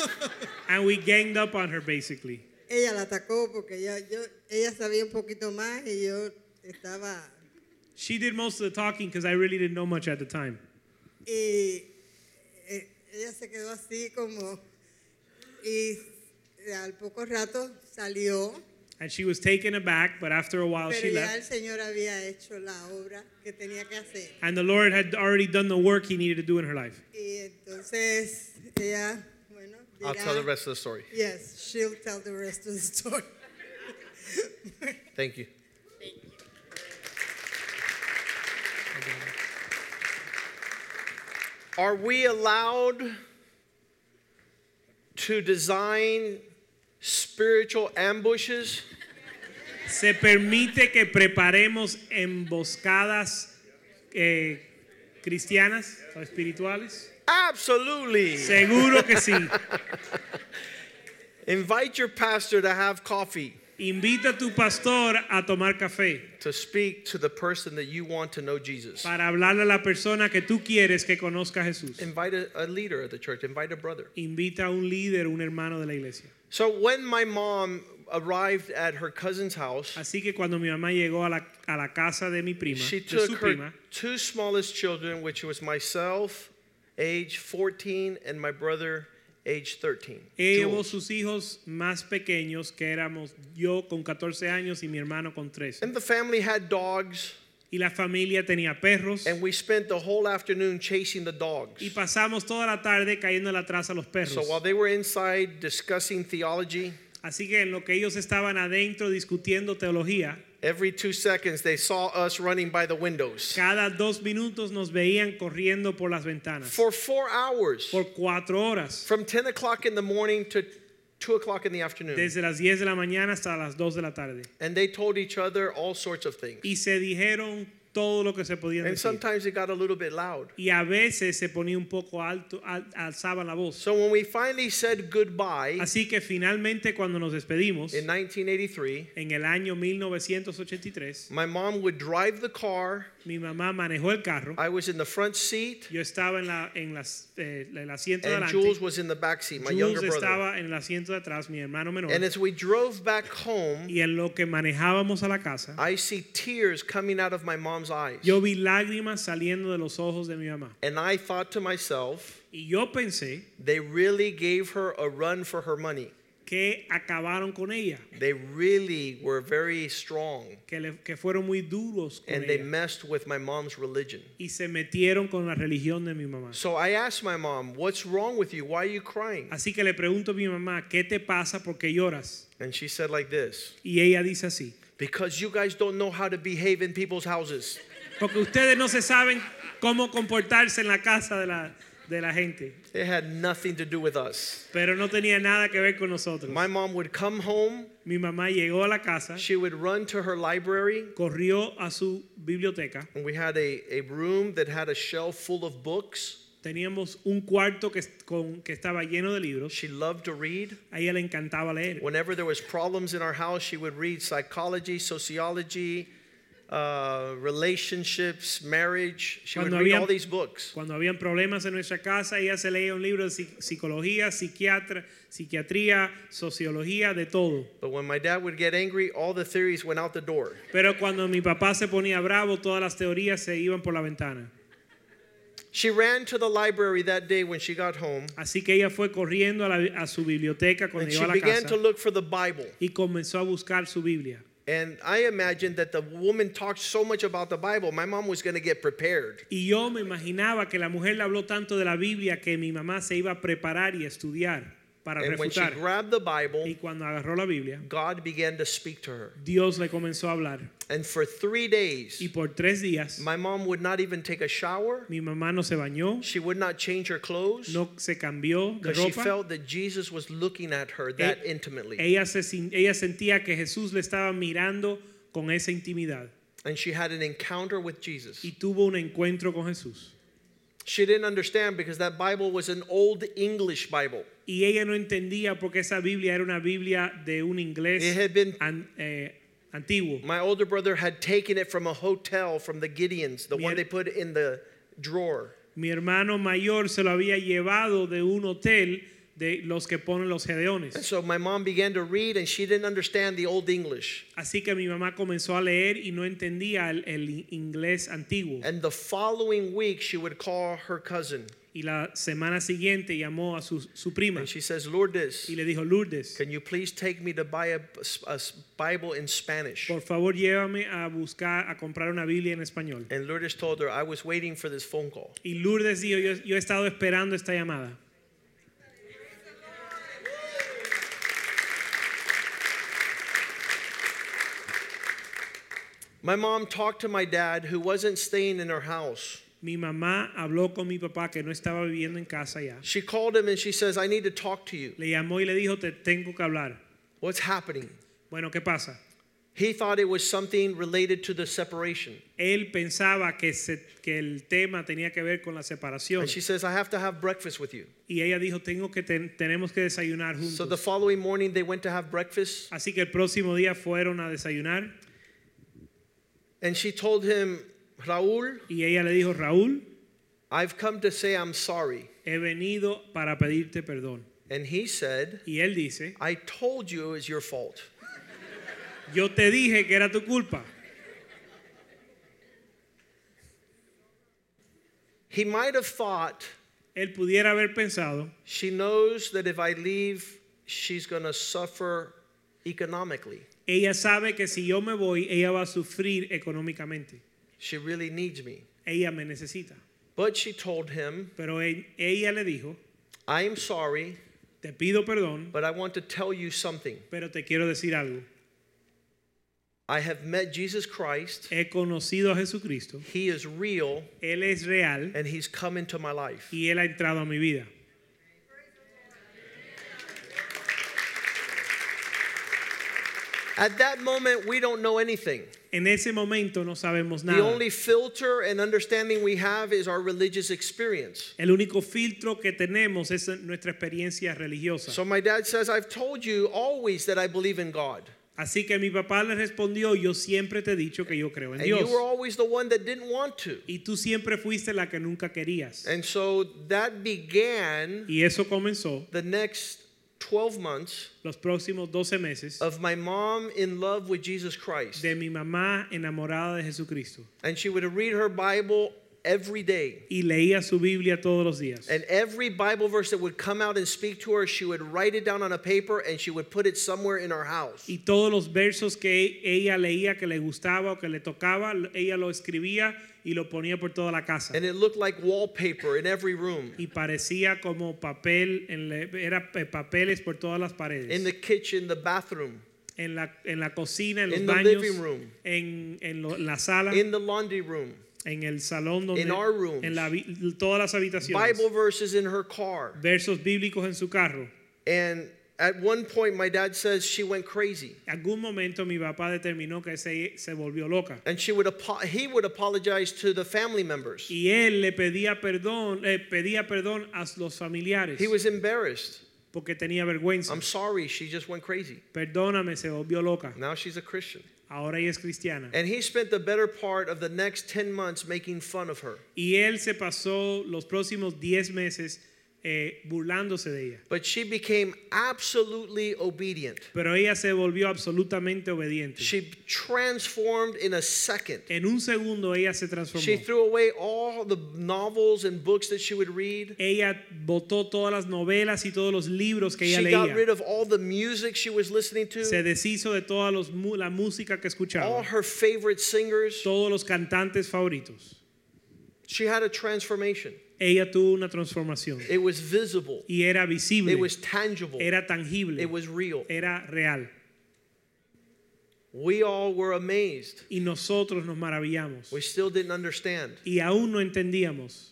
[LAUGHS]
And we ganged up on her basically.
ella la atacó porque ella, yo, ella sabía un poquito más y yo estaba
She did most of the talking because I really didn't know much at the time.
Y eh, ella se quedó así como... Y al poco rato salió,
And she was taken aback, but after a while
pero
she
ya el
left.
Señor había hecho la obra que tenía que hacer.
And the Lord had already done the work he needed to do in her life.
Y entonces ella, bueno,
I'll
dirá-
tell the rest of the story.
Yes, she'll tell the rest of the story. [LAUGHS]
Thank you. Are we allowed to design spiritual ambushes?
Se permite que preparemos emboscadas eh, cristianas o espirituales.
Absolutely.
Seguro que sí.
Invite your pastor to have coffee
Invita a tu pastor a tomar café
to speak to the person that you want to know Jesus.
para hablarle a la persona que tú quieres que conozca a Jesús.
Invite a, a leader at the church, invite a brother.
Invita a un líder, un hermano de la iglesia.
So when my mom arrived at her cousin's house,
Así que cuando mi mamá llegó a la, a la casa de mi prima,
She
de su
took her
prima,
two smallest children, which was myself, age 14, and my brother, age 13.
ella llevó
Jules.
sus hijos más pequeños, que éramos yo con 14 años y mi hermano con 13.
And the family had dogs,
Y la familia tenía perros
and we spent the whole afternoon chasing the
y
dogs.
pasamos toda la tarde cayendo atrás a los
So
perros.
while they were inside discussing theology,
Así que en lo que ellos estaban adentro discutiendo teología,
every two seconds they saw us running by the windows.
cada dos minutos nos veían corriendo por las ventanas.
For four hours,
Por cuatro horas,
from 10 o'clock in the morning to 2 o'clock in the afternoon.
desde las 10 de la mañana hasta las 2 de la tarde.
And they told each other all sorts of things.
Y se dijeron todo lo que se podía
And
decir.
sometimes it got a little bit loud.
y a veces se ponía un poco alto, al- alzaba la voz.
So when we finally said goodbye,
Así que finalmente cuando nos despedimos,
In 1983,
en el año 1983,
my mom would drive the car.
mi mamá manejó el carro.
I was in the front seat,
Yo estaba en, la, en las, eh, el asiento de
and
adelante.
Jules was in the back seat, my
Jules
younger brother.
estaba en el asiento de atrás, mi hermano menor.
And as we drove back home,
Y en lo que manejábamos a la casa,
I see tears coming out of my mom's eyes.
yo vi lágrimas saliendo de los ojos de mi mamá.
And I thought to myself,
Y yo pensé
they really gave her a run for her money.
que acabaron con ella,
They really were very strong,
que, le- que fueron muy duros con
and they
ella.
messed with my mom's religion.
Y se metieron con la religión de mi mamá.
So I asked my mom, What's wrong with you? Why are you crying?
Así que le pregunto a mi mamá, ¿qué te pasa? ¿Por qué lloras?
And she said, like this
Y ella dice así,
Because you guys don't know how to behave in people's houses.
porque ustedes no se saben cómo comportarse en la casa de la, de la gente.
It had nothing to do with us.
Pero no tenía nada que ver con nosotros.
My mom would come home,
Mi mamá llegó a la casa,
she would run to her library,
corrió a su biblioteca.
and we had a, a room that had a shelf full of books.
Teníamos un cuarto que, es- con- que estaba lleno de libros.
She loved to read.
A ella le encantaba leer.
Whenever there was problems in our house, she would read psychology, sociology, uh, relationships, marriage. She would
Cuando
read
había-
all these books.
Cuando habían problemas en nuestra casa, ella se leía un libro de psi- psicología, psiquiatra, psiquiatría, sociología, de todo.
But when my dad would get angry, all the theories went out the door.
Pero cuando mi papá se ponía bravo, todas las teorías se iban por la ventana.
She ran to the library that day when she got home,
Así que ella fue corriendo a, la- a su biblioteca cuando
and she
llegó a la
began to
casa
look for the Bible.
y comenzó a buscar su Biblia.
And I imagined that the woman talked so much about the Bible, my mom was going to get prepared.
Y yo me imaginaba que la mujer le habló tanto de la Biblia que mi mamá se iba a preparar y a estudiar para
And when she
refutar.
grabbed the Bible,
Y cuando agarró la Biblia,
God began to speak to her.
Dios le comenzó a hablar.
And for three
Y
days,
por tres días,
my mom would not even take a shower.
mi mamá no se bañó,
She would not change her clothes
no se cambió de
because she
ropa.
felt that Jesus was looking at her that intimately.
Ella, se, sin- ella sentía que Jesús le estaba mirando con esa intimidad
and she had an encounter with Jesus.
y tuvo un encuentro con Jesús.
She didn't understand because that Bible was an old English Bible.
Y ella no entendía porque esa Biblia era una Biblia de un inglés
It had been-
an- eh, antiguo.
My older brother had taken it from a hotel from the Gideons, the one
Mira.
they put in the drawer.
Mi hermano mayor se lo había llevado de un hotel de los que ponen los
And
gedeones.
so my mom began to read and she didn't understand the old English.
Así que mi mamá comenzó a leer y no entendía el, el inglés antiguo.
And the following week she would call her cousin
Y la semana siguiente llamó a su, su prima
and she says, "Lourdes,
y le dijo, Lourdes,
can you please take me to buy a, a Bible in Spanish?"
por favor llévame a buscar, a comprar una Biblia en español.
And Lourdes told her, "I was waiting for this phone call."
Y Lourdes dijo, yo, yo he estado esperando esta llamada.
My mom talked to my dad, who wasn't staying in her house.
Mi mamá habló con mi papá que no estaba viviendo en casa ya.
She called him and she says, I need to talk to you.
Le llamó y le dijo, te tengo que hablar.
What's happening?
Bueno, ¿qué pasa?
He thought it was something related to the separation.
Él pensaba que, se- que el tema tenía que ver con la separación.
And she says, I have to have breakfast with you.
Y ella dijo, tengo que ten- tenemos que desayunar juntos.
So the following morning, they went to have breakfast.
Así que el próximo día fueron a desayunar
And she told him, Raul,
y ella le dijo, Raúl,
I've come to say I'm sorry.
he venido para pedirte perdón.
And he said,
Y él dice,
I told you it was your fault.
yo te dije que era tu culpa.
He might have thought
Él pudiera haber pensado,
she knows that if I leave, she's going to suffer economically.
ella sabe que si yo me voy, ella va a sufrir económicamente.
She really needs me.
Ella me necesita.
But she told him,
Pero él- ella le dijo,
I'm sorry,
te pido perdón,
but I want to tell you something.
pero te quiero decir algo.
I have met Jesus Christ.
He conocido a Jesucristo,
He is real
Él es real
and he's come into my life.
y Él ha entrado a mi vida.
At that moment, we don't know anything.
En ese momento no sabemos
The
nada.
only filter and understanding we have is our religious experience.
El único filtro que tenemos es nuestra experiencia religiosa.
So my dad says, I've told you always that I believe in God.
Así que mi papá le respondió, yo siempre te he dicho que yo creo en
And you
Dios.
were always the one that didn't want to.
Y tú siempre fuiste la que nunca querías.
And so that began
Y eso comenzó
the next 12 months
los próximos 12 meses
of my mom in love with Jesus Christ.
de mi mamá enamorada de Jesucristo.
And she would read her Bible every day.
Y leía su Biblia todos los días.
And every Bible verse that would come out and speak to her, she would write it down on a paper and she would put it somewhere in her house.
Y todos los versos que ella leía, que le gustaba o que le tocaba, ella lo escribía y lo ponía por toda la casa.
And it looked like wallpaper in every room.
Y parecía como papel, en la- era eh, papeles por todas las paredes.
In the kitchen, the bathroom,
en, la, en la cocina, en los
In the
baños,
living room.
en, en lo- la sala,
in the laundry room,
en el salón, donde,
in our rooms.
en la habi- todas las habitaciones.
Bible verses in her car.
Versos bíblicos en su carro.
And at one point, my dad says she went crazy.
Algún momento mi papá determinó que se, se volvió loca.
And she would apo- he would apologize to the family members.
Y él le pedía perdón, eh, pedía perdón a los familiares
He was embarrassed.
porque tenía vergüenza.
I'm sorry, she just went crazy.
Perdóname, se volvió loca.
Now she's a Christian.
Ahora ella es cristiana.
And he spent the better part of the next 10 months making fun of her.
Y él se pasó los próximos 10 meses eh, burlándose de ella.
But she became absolutely obedient.
Pero ella se volvió absolutamente obediente.
She transformed in a second.
En un segundo ella se transformó.
She threw away all the novels and books that she would read.
Ella botó todas las novelas y todos los libros que ella
She got rid
leía.
of all the music she was listening
Se
to,
deshizo de toda los mu- la música que
all
escuchaba.
her favorite singers.
Todos los cantantes favoritos.
She had a transformation.
Ella tuvo una transformación.
It was visible,
Y era visible.
it was tangible,
Era tangible.
it was real.
Era real.
We all were amazed.
Y nosotros nos maravillamos.
We still didn't understand.
Y aún no entendíamos.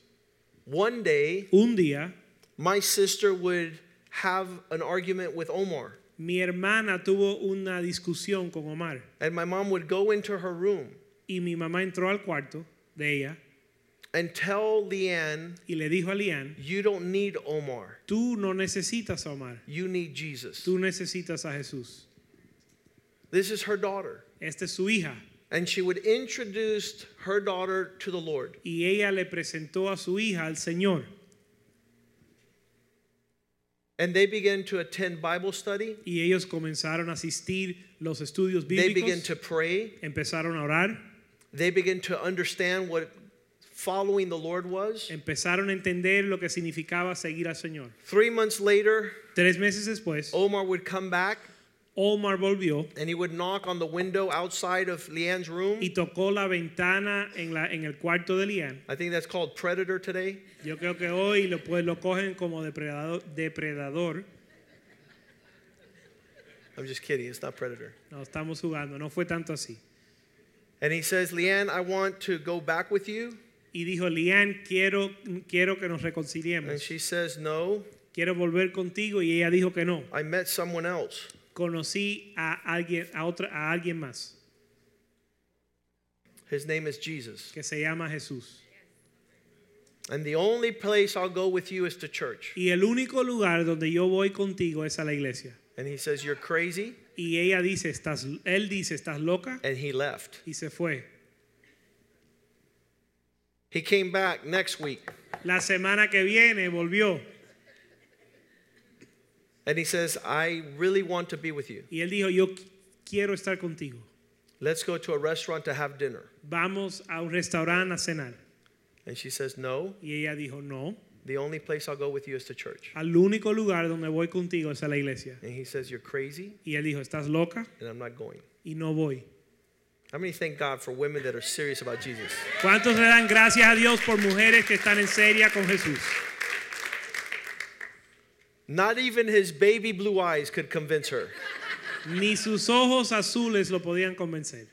One day,
Un día
my sister would have an argument with Omar.
mi hermana tuvo una discusión con Omar
And my mom would go into her room
y mi mamá entró al cuarto de ella
and tell Leanne,
y le dijo a Lian,
You don't need Omar,
tú no necesitas a Omar,
you need Jesus.
tú necesitas a Jesús.
This is her daughter.
Esta es su hija.
And she would introduce her daughter to the Lord.
Y ella le presentó a su hija al Señor.
And they began to attend Bible study,
Y ellos comenzaron a asistir los estudios
they began
bíblicos.
to pray,
Empezaron a orar.
they began to understand what following the Lord was.
Empezaron a entender lo que significaba seguir al Señor.
Three months later,
Tres meses después,
Omar would come back
Omar volvió
and he would knock on the window outside of Leanne's room.
y tocó la ventana en, la, en el cuarto de Lian.
I think that's called predator today.
Yo creo que hoy lo, pues, lo cogen como depredador, depredador.
I'm just kidding, it's not predator.
No estamos jugando, no fue tanto así.
And he says, Leanne, I want to go back with you.
Y dijo, Lian, quiero, quiero que nos
And
reconciliemos.
she says, No,
Quiero volver contigo. Y ella dijo que no.
I met someone else.
conocí a alguien, a otra, a alguien más
His name is Jesus.
que se llama Jesús.
And the only place I'll go with you is to church.
Y el único lugar donde yo voy contigo es a la iglesia.
And he says, You're crazy.
Y ella dice, estás, él dice, estás loca
And he left.
y se fue.
He came back next week
La semana que viene volvió
and he says, I really want to be with you.
y él dijo, yo qui- quiero estar contigo.
Let's go to a restaurant to have dinner.
Vamos a un restaurante a cenar.
And she says, No,
Y ella dijo, no,
the only place I'll go with you is to church.
al único lugar donde voy contigo es a la iglesia.
And he says, You're crazy
Y él dijo, estás loca
and I'm not going.
y no voy.
How many thank God for women that are serious about Jesus?
¿Cuántos le dan gracias a Dios por mujeres que están en seria con Jesús?
Not even his baby blue eyes could convince her.
Ni sus ojos azules lo podían convencer.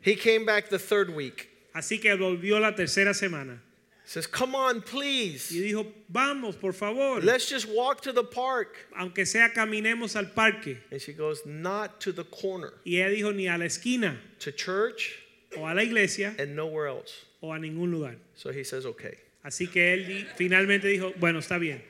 He came back the third week.
Así que volvió la tercera semana
Says, Come on,
y
please.
dijo, vamos, por favor,
Let's just walk to the park.
aunque sea caminemos al parque.
And she goes, Not to the corner,
Y ella dijo, ni a la esquina,
to church
o a la iglesia,
and nowhere else.
o a ningún lugar.
So he says, Okay.
Así que él di- finalmente dijo, bueno, está bien.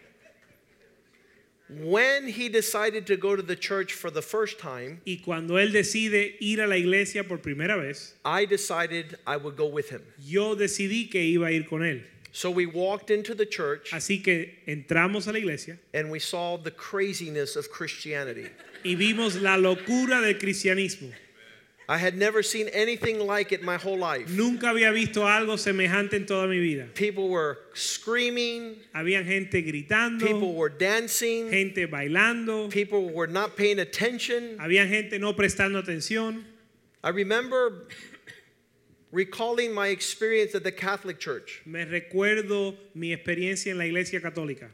When he decided to go to the church for the first time,
Y cuando él decide ir a la iglesia por primera vez,
I decided I would go with him.
yo decidí que iba a ir con él.
So we walked into the church
Así que entramos a la iglesia
and we saw the craziness of Christianity.
y vimos la locura del cristianismo.
I had never seen anything like it my whole life.
Nunca había visto algo semejante en toda mi vida.
People were screaming,
Habían gente gritando,
people were dancing,
gente bailando,
people were not paying attention.
había gente no prestando atención.
I remember recalling my experience at the Catholic Church.
Me recuerdo mi experiencia en la iglesia católica.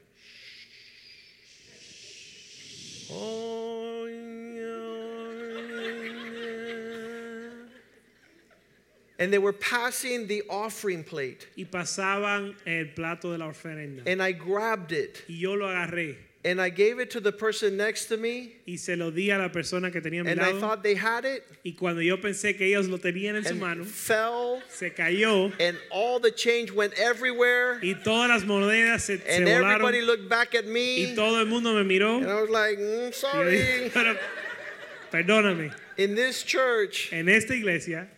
And they were passing the offering plate,
Y pasaban el plato de la ofrenda.
and I grabbed it.
Y yo lo agarré
And I gave it to the person next to me,
y se lo di a la persona que tenía a mi
and I
lado.
thought they had it,
Y cuando yo pensé que ellos lo tenían en su mano,
and fell,
se cayó
and all the change went everywhere,
y todas las monedas se, se
and
volaron.
everybody looked back at
Y
me, and
todo el mundo me miró.
I was like, mm,
Y yo
sorry.
dije, "Pero, perdóname,
In this church,
en esta iglesia,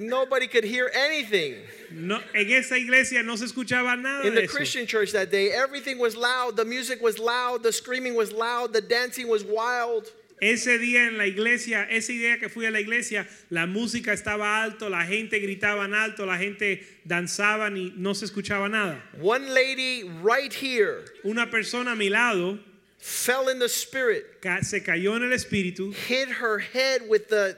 nobody could hear anything.
no, en esa iglesia no se escuchaba nada
In
de
the
eso.
Christian church that day, everything was loud. The music was loud. The screaming was loud. The dancing was wild.
Ese día en la iglesia, ese día que fui a la iglesia, la música estaba alto, la gente gritaba en alto, la gente danzaba y no se escuchaba nada.
One lady right here
Una persona a mi lado
fell in the spirit,
ca- se cayó en el espíritu,
hit her head with the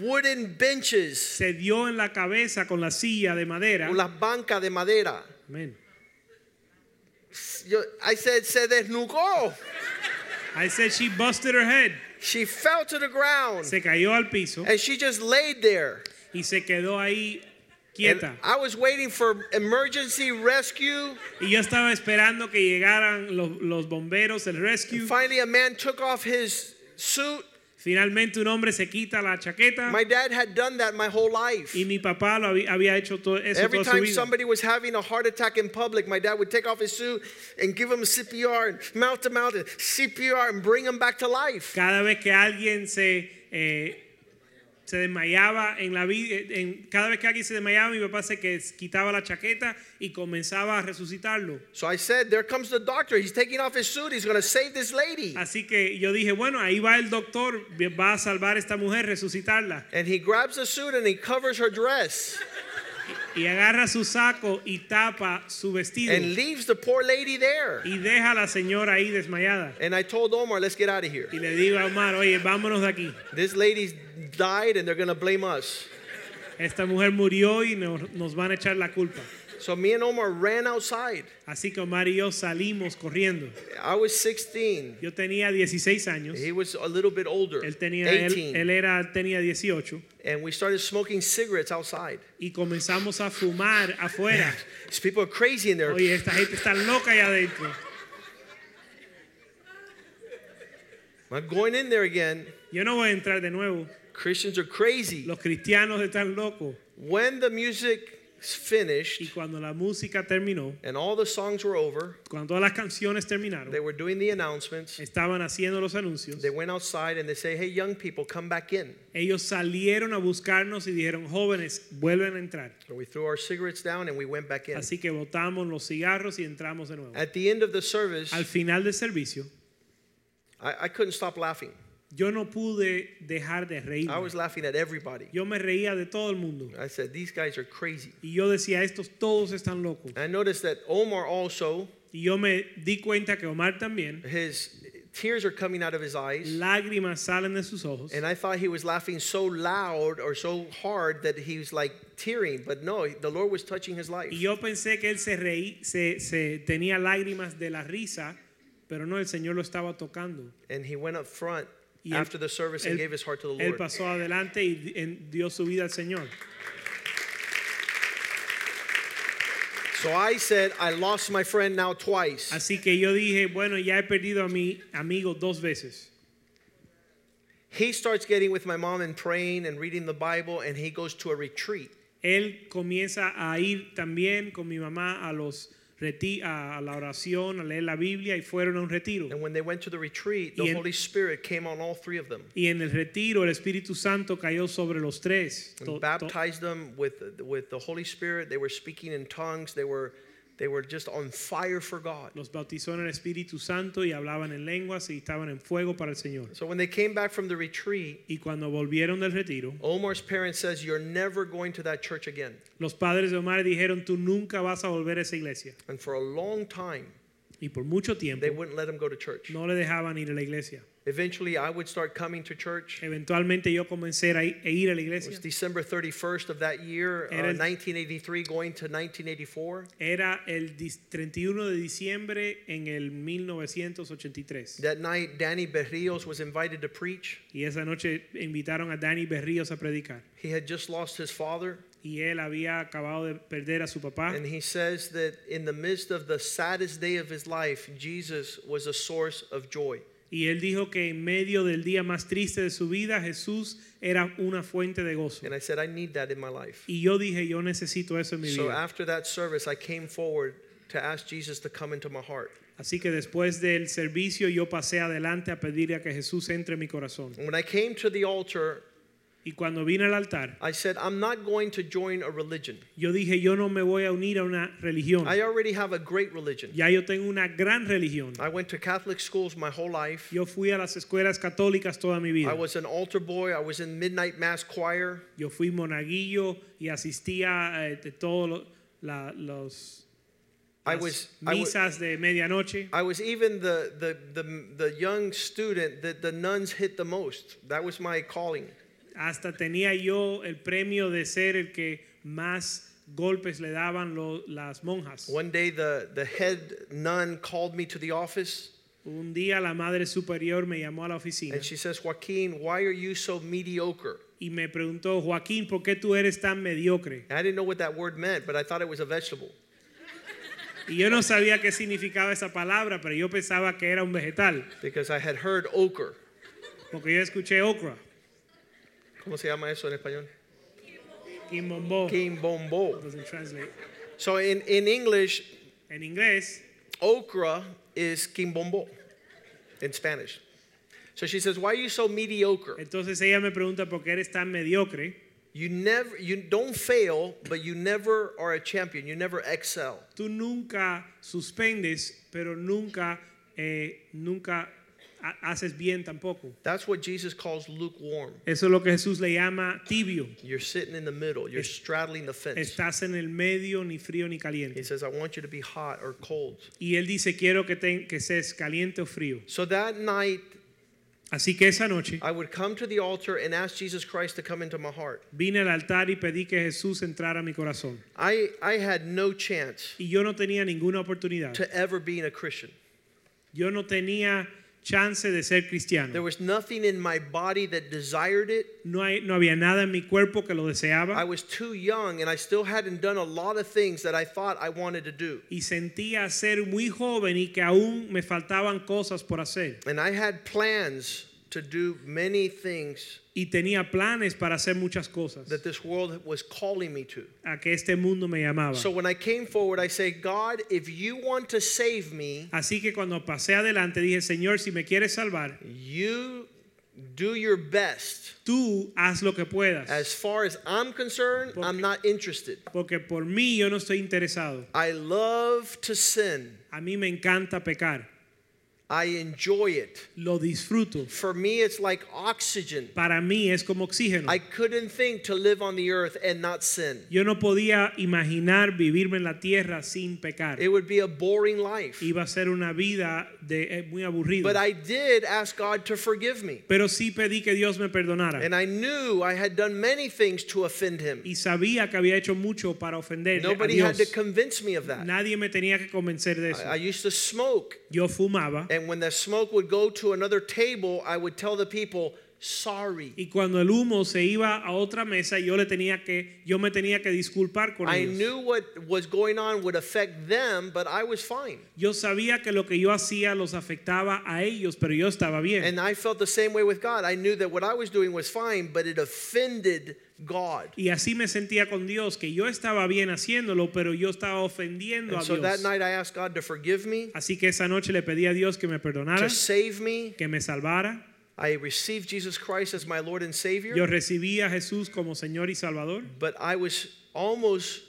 wooden benches,
se dio en la cabeza con la silla de madera.
o las bancas de madera.
Amén.
Yo- I said, se desnugó.
I said she busted her head.
She fell to the ground
Se cayó al piso
and she just laid there.
y se quedó ahí quieta.
And I was waiting for emergency rescue.
Y yo estaba esperando que llegaran los, los bomberos, el rescue.
Finally, a man took off his suit.
Finalmente un hombre se quita la chaqueta
My dad had done that my whole life.
y mi papá lo había, había hecho todo eso
Every
toda su
time
vida.
somebody was having a heart attack in public, my dad would take off his suit and give him CPR and mouth to mouth and CPR and bring him back to life.
Cada vez que alguien se eh, se desmayaba en la vida, cada vez que alguien se desmayaba, mi papá se que quitaba la chaqueta y comenzaba a resucitarlo.
So I said, There comes the doctor. He's taking off his suit. He's going to save this lady.
Así que yo dije, bueno, ahí va el doctor, va a salvar a esta mujer, resucitarla.
And he grabs the suit and he covers her dress
Y agarra su saco y tapa su vestido
and leaves the poor lady there.
y deja a la señora ahí desmayada.
And I told Omar, Let's get out of here.
Y le digo a Omar, oye, vámonos de aquí.
This lady's died and they're going to blame us.
Esta mujer murió y nos, nos van a echar la culpa.
So me and Omar ran outside.
Así que Omar y yo salimos corriendo.
I was 16.
Yo tenía 16 años.
He was a little bit older,
Él tenía, él,
18.
él era, tenía 18
and we started smoking cigarettes outside.
y comenzamos a fumar afuera.
These people are crazy in there.
Oye, esta gente está loca allá adentro.
I'm not going in there again.
Yo no voy a entrar de nuevo.
Christians are crazy.
Los cristianos están locos.
When the music is
Y
finished
cuando la música terminó,
and all the songs were over,
cuando todas las canciones terminaron,
they were doing the announcements.
estaban haciendo los anuncios.
They went outside and they say, "Hey, young people, come back in."
Ellos salieron a buscarnos y dijeron, jóvenes, vuelven a entrar.
So we threw our cigarettes down and we went back in.
Así que botamos los cigarros y entramos de nuevo.
At the end of the service,
Al final del servicio,
I, I couldn't stop laughing.
yo no pude dejar de reír.
I was laughing at everybody.
Yo me reía de todo el mundo.
I said, "These guys are crazy."
Y yo decía, estos todos están locos.
I noticed that Omar also,
Y yo me di cuenta que Omar también,
his tears are coming out of his eyes.
lágrimas salen de sus ojos.
And I thought he was laughing so loud or so hard that he was like tearing, but no, the Lord was touching his life.
Y yo pensé que él se reí, se, se tenía lágrimas de la risa, pero no, el Señor lo estaba tocando.
And he went up front
Y él-
after the service
él-
and gave his heart to the
Él
Lord.
pasó adelante y di- en- dio su vida al Señor.
So I said, I lost my friend now twice.
Así que yo dije, bueno, ya he perdido a mi amigo dos veces.
He starts getting with my mom and praying and reading the Bible, and he goes to a retreat.
Él comienza a ir también con mi mamá a los reti- a a la oración, a leer la Biblia y fueron a un retiro.
And when they went to the retreat,
Y
the
en-
Holy Spirit came on all three of them
Y en el retiro el Espíritu Santo cayó sobre los tres.
and
To- to-
baptized them with, with the Holy Spirit. They were speaking in tongues, they were, they were just on fire for God.
los bautizó en el Espíritu Santo y hablaban en lenguas y estaban en fuego para el Señor.
So when they came back from the retreat,
Y cuando volvieron del retiro,
Omar's parents says you're never going to that church again.
los padres de Omar dijeron, tú nunca vas a volver a esa iglesia.
And for a long time,
Y por mucho tiempo
they wouldn't let him go to church.
no le dejaban ir a la iglesia.
Eventually, I would start coming to church.
Eventualmente yo comencé a ir a ir a la
It was
iglesia.
December 31st of that year, uh,
Era el-
1983, going to 1984.
Era el dis- 31 de diciembre en el 1983.
That night, Danny Berrios was invited to preach.
Y esa noche invitaron a Danny Berríos a predicar.
He had just lost his father,
Y él había acabado de perder a su papá.
and he says that in the midst of the saddest day of his life, Jesus was a source of joy.
Y él dijo que en medio del día más triste de su vida, Jesús era una fuente de gozo.
And I said, I need that in my life.
Y yo dije, yo necesito eso en mi
So ah.
vida.
after that service, I came forward to ask Jesus to come into my heart.
Así que después del servicio yo pasé adelante a pedirle a que Jesús entre en mi corazón.
And when I came to the altar,
Y cuando vine al altar,
I said, I'm not going to join a religion.
yo dije, yo no me voy a unir a una religión.
I already have a great religion.
Ya yo tengo una gran religión.
I went to Catholic schools my whole life.
Yo fui a las escuelas católicas toda mi
I
vida.
was an altar boy. I was in midnight mass choir.
Yo fui monaguillo y asistía eh, de todos lo- la- los
I
las
was I was,
misas de medianoche.
I was even the, the, the, the young student that the nuns hit the most. That was my calling.
Hasta tenía yo el premio de ser el que más golpes le daban lo- las monjas.
One day, the, the head nun called me to the office.
Un día la madre superior me llamó a la oficina
And she says, Joaquin, why are you so mediocre?
y me preguntó, Joaquín, ¿por qué tú eres tan mediocre?
And I didn't know what that word meant, but I thought it was a vegetable.
Y yo no sabía qué significaba esa palabra, pero yo pensaba que era un vegetal,
Because I had heard ochre.
porque yo escuché okra,
¿Cómo se llama eso en español?
quimbombó.
Quimbombo.
Doesn't translate.
So in, in English,
En inglés,
okra is quimbombo in Spanish. So she says, Why are you so mediocre?
entonces ella me pregunta, ¿por qué eres tan mediocre?
You never you don't fail, but you never are a champion. You never excel.
Tú nunca suspendes, pero nunca, eh, nunca ha- haces bien tampoco.
That's what Jesus calls lukewarm.
Eso es lo que Jesús le llama tibio.
You're sitting in the middle. You're straddling the fence.
Estás en el medio, ni frío ni
He
caliente.
says, I want you to be hot or cold.
Y él dice, quiero que, te, que seas caliente o frío.
So that night,
Así que esa noche
I would come to the altar and ask Jesus Christ to come into my heart.
vine al altar y pedí que Jesús entrara a mi corazón.
I, I had no chance
Y yo no tenía ninguna oportunidad.
to ever being a Christian.
Yo no tenía chance de ser
There
cristiano.
was nothing in my body that desired it.
No, hay, no había nada en mi cuerpo que lo
I
deseaba.
was too young and I still hadn't done a lot of things that I thought I wanted to do.
Y sentía ser muy joven y que aún me faltaban cosas por hacer.
And I had plans to do many things
Y tenía planes para hacer muchas cosas
that this world was calling me to.
a que este mundo me llamaba.
So when I came forward, I say, God, if you want to save me,
Así que cuando pasé adelante dije, Señor, si me quieres salvar,
you do your best.
tú haz lo que puedas.
As far as I'm concerned, I'm not interested.
Porque por mí yo no estoy interesado.
I love to sin.
A mí me encanta pecar.
I enjoy it.
Lo disfruto.
For me, it's like oxygen.
Para mí es como oxígeno.
I couldn't think to live on the earth and not sin.
Yo no podía imaginar vivirme en la tierra sin pecar.
It would be a boring life.
Iba a ser una vida de, eh, muy
But
aburrida.
I did ask God to forgive me.
Pero sí pedí que Dios me perdonara.
And I knew I had done many things to offend him.
Y sabía que había hecho mucho para ofender a
Nobody had to
Dios.
convince me of that.
Nadie me tenía que convencer de
I,
eso.
I used to smoke.
Yo fumaba.
And when the smoke would go to another table, I would tell the people, sorry.
Y cuando el humo se iba a otra mesa, yo le tenía que, yo me tenía que disculpar con
I
ellos.
knew what was going on would affect them, but I was fine.
Yo sabía que lo que yo hacía los afectaba a ellos, pero yo estaba bien.
And I felt the same way with God. I knew that what I was doing was fine, but it offended God.
Y así me sentía con Dios, que yo estaba bien haciéndolo, pero yo estaba ofendiendo
And
a
so that
Dios.
night I asked God to forgive me,
Así que esa noche le pedí a Dios que me perdonara,
to save me.
que me salvara.
I received Jesus Christ as my Lord and
Yo
Savior,
recibí a Jesús como Señor y Salvador,
but I was almost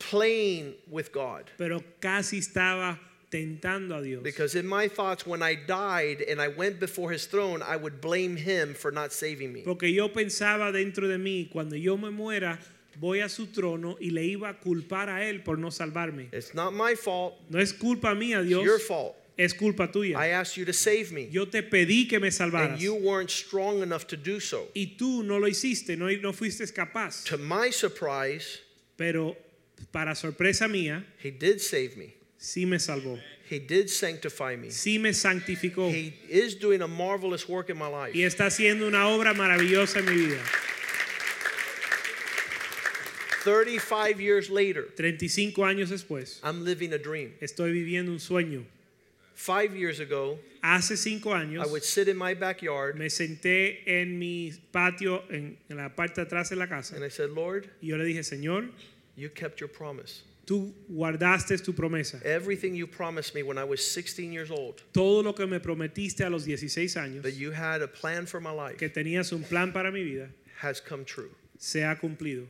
playing with God.
pero casi estaba tentando a Dios.
Because in my thoughts, when I died and I went before his throne, I would blame him for not saving me.
Porque yo pensaba dentro de mí, cuando yo me muera, voy a su trono y le iba a culpar a él por no salvarme.
It's not my fault,
No es culpa mía,
it's your
Dios,
fault.
es culpa
I
tuya.
asked you to save me,
Yo te pedí que me
and
salvaras
you weren't strong enough to do so.
y tú no lo hiciste, no, no fuiste capaz.
To my surprise,
Pero para sorpresa mía,
He did save me.
sí me salvó,
He did sanctify me.
sí me santificó
He is doing a marvelous work in my life.
y está haciendo una obra maravillosa en mi vida.
35 years later,
35 años después,
I'm living a dream.
estoy viviendo un sueño.
Five years ago,
Hace cinco
I
años
would sit in my backyard
me senté en mi patio, en, en la parte de atrás de la
and
casa,
I said, Lord,
y yo le dije, Señor,
you kept your promise.
tú guardaste tu promesa.
Everything you promised me when I was 16 years old,
Todo lo que me prometiste a los 16 años,
that you had a plan for my life,
que tenías un plan para mi vida,
has come true.
se ha cumplido.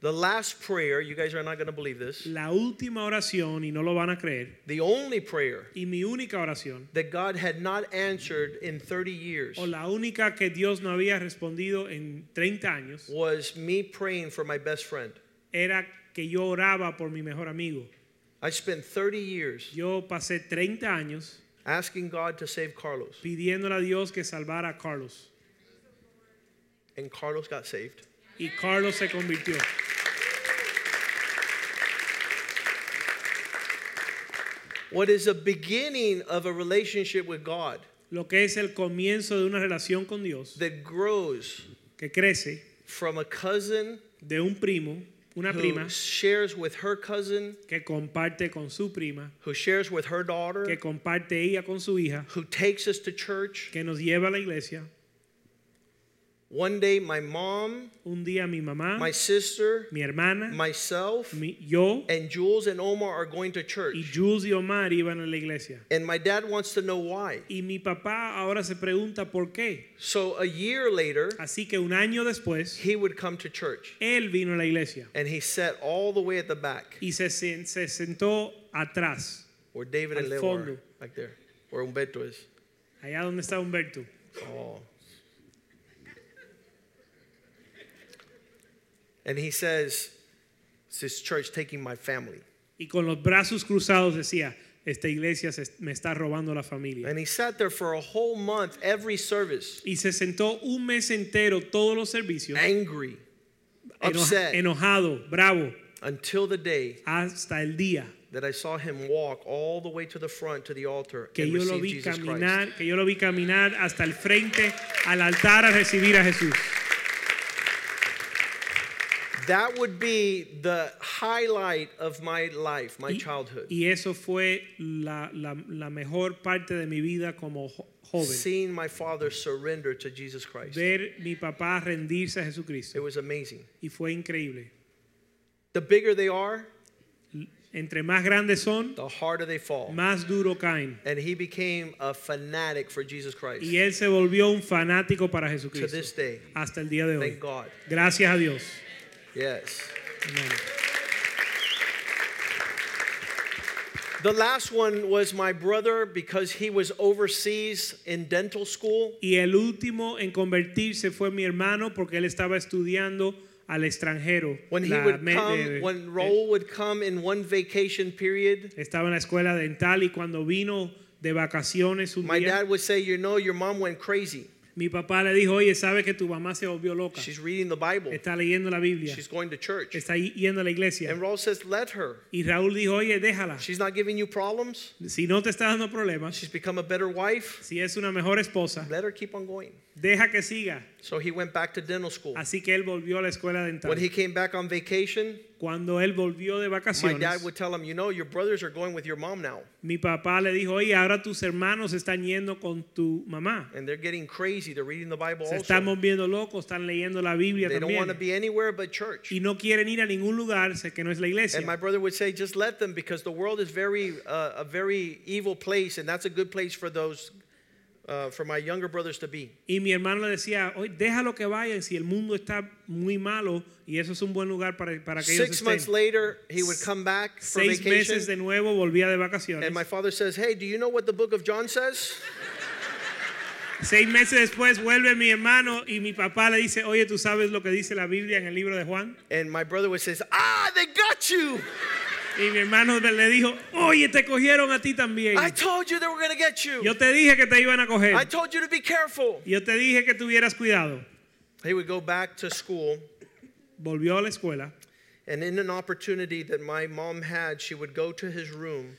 The last prayer, you guys are not going to believe this,
La última oración, y no lo van a creer,
the only prayer
y mi única oración,
that God had not answered in 30 years
o la única que Dios no había respondido en 30 años,
was me praying for my best friend.
era que yo oraba por mi mejor amigo.
I spent 30 years
Yo pasé 30 años
asking God to save Carlos,
pidiéndole a Dios que salvara a Carlos.
and Carlos got saved.
Y Carlos se convirtió.
what is a beginning of a relationship with God
lo que es el comienzo de una relación con Dios
that grows
que crece
from a cousin
de un primo, una prima
who shares with her cousin,
que comparte con su prima,
who shares with her
que
daughter,
comparte ella con su hija,
who takes us to church.
que nos lleva a la iglesia.
One day, my mom,
Un día mi mamá,
my sister,
mi hermana,
myself,
mi- yo
and Jules and Omar are going to
y
church.
Jules y Omar iban a la iglesia.
And my dad wants to know why.
Y mi papá ahora se pregunta por qué.
So a year later,
Así que un año después,
he would come to church
él vino a la iglesia
and he sat all the way at the back
y se, sen- se sentó atrás,
where David and Leo
Al
are,
fondo.
like there, where Humberto is.
allá donde está Humberto.
Oh. And he says, This church taking my family.
Y con los brazos cruzados decía, esta iglesia se- me está robando la familia.
And he sat there for a whole month, every service,
Y se sentó un mes entero todos los servicios,
angry,
eno-
upset,
enojado, bravo,
until the day
hasta el día
that I saw him walk all the way to the front to the altar
que
and
yo lo
receive
vi
Jesus
caminar,
Christ.
que yo lo vi caminar hasta el frente al altar a recibir a Jesús.
That would be the highlight of my life, my
Y,
childhood.
y eso fue la, la- la mejor parte de mi vida como jo- joven.
Seeing my father surrender to Jesus Christ.
Ver mi papá rendirse a
It
Jesucristo.
was amazing.
Y fue increíble.
The bigger they are,
Entre más grandes son,
the harder they fall.
más duro caen.
And he became a fanatic for Jesus Christ
Y él se volvió un fanático para
to
Jesucristo
this day.
hasta el día de hoy.
Thank God.
Gracias a Dios.
Yes.
Amén.
The last one was my brother because he was overseas in dental school.
Y el último en convertirse fue mi hermano porque él estaba estudiando al extranjero.
When he
La
would
me- eh,
come,
de-
when Raul would come in one vacation period,
estaba en la escuela dental y cuando vino de vacaciones un
my
día,
dad would say, You know, your mom went crazy.
mi papá le dijo, oye, ¿sabes que tu mamá se volvió loca?
She's reading the Bible,
Está leyendo la Biblia,
she's going to church.
está y- yendo a la iglesia.
And Raul says, Let her.
Y Raúl dijo, oye, déjala.
She's not giving you problems.
Si no te está dando problemas,
She's become a better wife.
si es una mejor esposa,
Let her keep on going.
deja que siga.
So he went back to dental school.
Así que él volvió a la escuela dental.
When he came back on vacation,
Cuando él volvió de
my
vacaciones,
dad would tell him, You know, your brothers are going with your mom now,
mi papá le dijo, oye, ahora tus hermanos están yendo con tu mamá.
and they're getting crazy. They're reading the Bible
Se están
also.
volviendo locos, están leyendo la Biblia
Oh, They don't want to
también.
be anywhere but church.
Y no quieren ir a ningún lugar sé que no es la iglesia.
And my brother would say, just let them because the world is very uh, a very evil place, and that's a good place for those uh, for my younger brothers to be.
Y mi hermano le decía, oye, déjalo que vayan si el mundo está muy malo y eso es un buen lugar para, para que ellos
Six months
estén.
later, he would come back for
Seis meses de
vacation,
nuevo volvía de vacaciones.
and my father says, "Hey, do you know what the Book of John says?"
Seis meses después vuelve mi hermano y mi papá le dice, oye, ¿tú sabes lo que dice la Biblia en el libro de Juan?
And my brother would say, "Ah, they got you!
Y mi hermano le dijo, oye, te cogieron a ti también.
I told you they were gonna get you.
Yo te dije que te iban a coger.
I told you to be careful."
Yo te dije que tuvieras cuidado.
He would go back to school,
Volvió a la escuela
and in an opportunity that my mom had, she would go to his room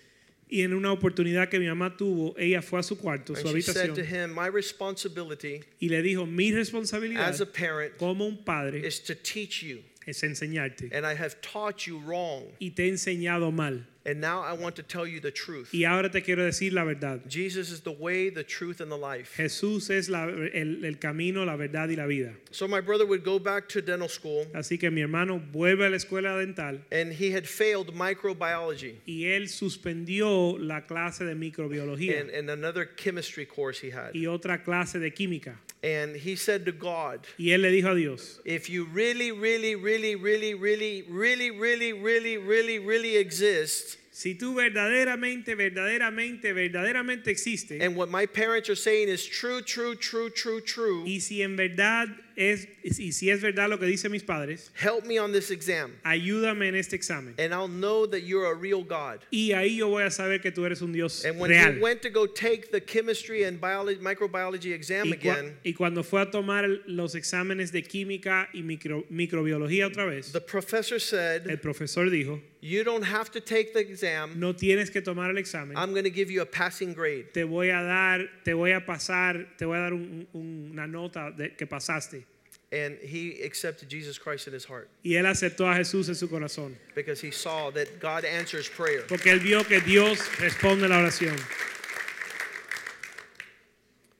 y en una oportunidad que mi mamá tuvo, ella fue a su cuarto, su
and she said to
habitación,
him, "My responsibility
y le dijo, mi responsabilidad
as a parent."
como un padre
is to teach you.
es enseñarte.
And I have taught you wrong.
Y te he enseñado mal.
And now I want to tell you the truth.
Y ahora te quiero decir la verdad.
Jesus is the way, the truth, and the life.
Jesús es la- el, el camino, la verdad y la vida.
So my brother would go back to dental school,
Así que mi hermano vuelve a la escuela dental
and he had failed microbiology
y él suspendió la clase de microbiología
and, and another chemistry course he had.
y otra clase de química.
And he said to God,
Y él le dijo a Dios,
if you really, really, really, really, really, really, really, really, really, really exist,
Si tú verdaderamente, verdaderamente, verdaderamente existes
and what my parents are saying is true, true, true, true, true,
y si en verdad es, y si es verdad lo que dicen mis padres,
Help me on this exam,
ayúdame en este examen.
and I'll know that you're a real God.
Y ahí yo voy a saber que tú eres un Dios
And when
real.
he went to go take the chemistry and biology, microbiology exam
Y, cua-
again,
y cuando fue a tomar el- los exámenes de química y micro- microbiología otra vez,
the professor said,
el profesor dijo,
You don't have to take the exam.
no tienes que tomar el examen,
I'm going to give you a passing grade.
te voy a dar, te voy a pasar, te voy a dar un- un- una nota de, que pasaste.
And he accepted Jesus Christ in his heart
Y él aceptó a Jesús en su corazón,
because he saw that God answers prayer.
porque él vio que Dios responde la oración.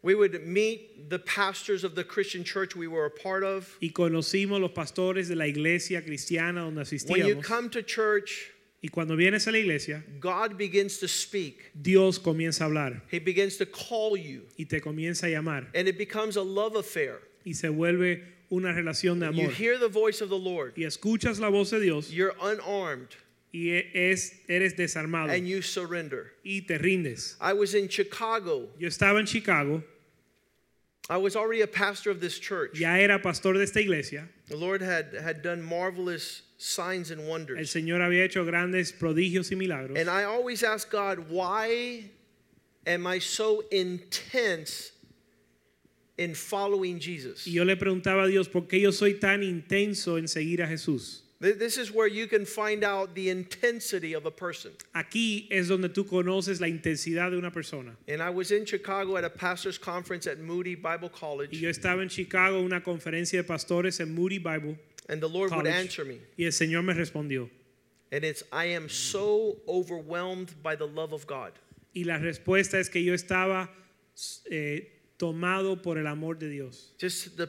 We would meet the pastors of the Christian church we were a part of.
Y conocimos los pastores de la iglesia cristiana donde
When you
asistíamos.
come to church,
Y cuando vienes a la iglesia,
God begins to speak.
Dios comienza a hablar
He begins to call you,
y te comienza a llamar
and it becomes a love affair.
y se vuelve una relación de
You
amor.
hear the voice of the Lord.
y escuchas la voz de Dios
You're unarmed
y e- es, eres desarmado
and you surrender.
y te rindes.
I was in Chicago.
Yo estaba en Chicago,
I was already a pastor of this church.
ya era pastor de esta iglesia,
The Lord had, had done marvelous signs and
el
wonders.
Señor había hecho grandes prodigios y milagros
And I always ask God, why am I so intense in following Jesus?
y yo le preguntaba a Dios, ¿por qué yo soy tan intenso en seguir a Jesús?
Th- This is where you can find out the intensity of a person.
Aquí es donde tú conoces la intensidad de una persona.
And I was in Chicago at a pastor's conference at Moody Bible
Y
College,
yo estaba en Chicago en una conferencia de pastores en Moody Bible
and the Lord would
College.
answer me.
y el Señor me respondió.
And it's, I am so overwhelmed by the love of God.
Y la respuesta es que yo estaba eh, tomado por el amor de Dios.
Just the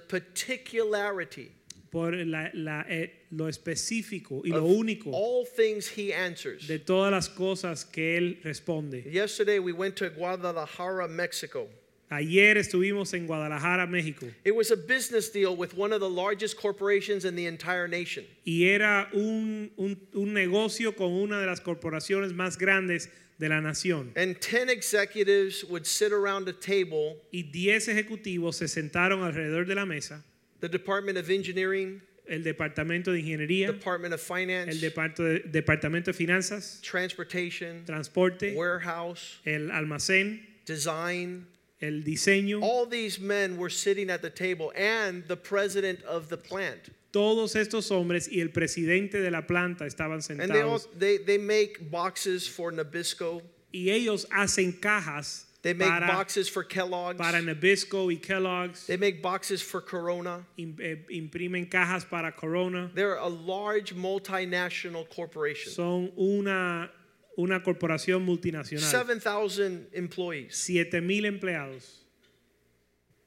particularity
por la- la- eh, lo específico y lo
of
único
all things He answers.
de todas las cosas que Él responde.
Yesterday we went to Guadalajara, Mexico.
Ayer estuvimos en Guadalajara, México,
It was a business deal with one of the largest corporations in the entire nation.
y era un, un- un negocio con una de las corporaciones más grandes de la nación.
And 10 executives would sit around a table,
Y 10 ejecutivos se sentaron alrededor de la mesa,
the Department of Engineering,
el Departamento de Ingeniería,
Department of Finance,
el Departo- Departamento de Finanzas,
Transportation,
Transporte,
Warehouse,
el Almacén,
Design.
el Diseño.
All these men were sitting at the table and the president of the plant.
Todos estos hombres y el presidente de la planta estaban
And they all
sentados
they, they make boxes for Nabisco.
y ellos hacen cajas
They make
para,
boxes for Kellogg's.
para Nabisco y Kellogg's,
They make boxes for Corona.
im- eh, imprimen cajas para Corona.
They're a large multinational corporation.
Son una, una corporación multinacional.
7,000 employees.
7000 empleados.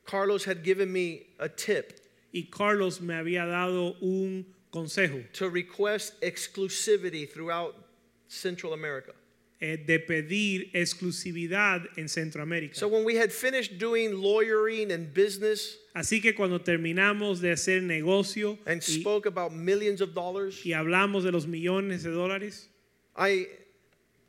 Carlos had given me a tip
Y Carlos me había dado un consejo
to request exclusivity throughout Central America.
eh, de pedir exclusividad en Centroamérica.
So when we had finished doing lawyering and business
Así que cuando terminamos de hacer negocio
and
y-
spoke about millions of dollars,
y hablamos de los millones de dólares,
I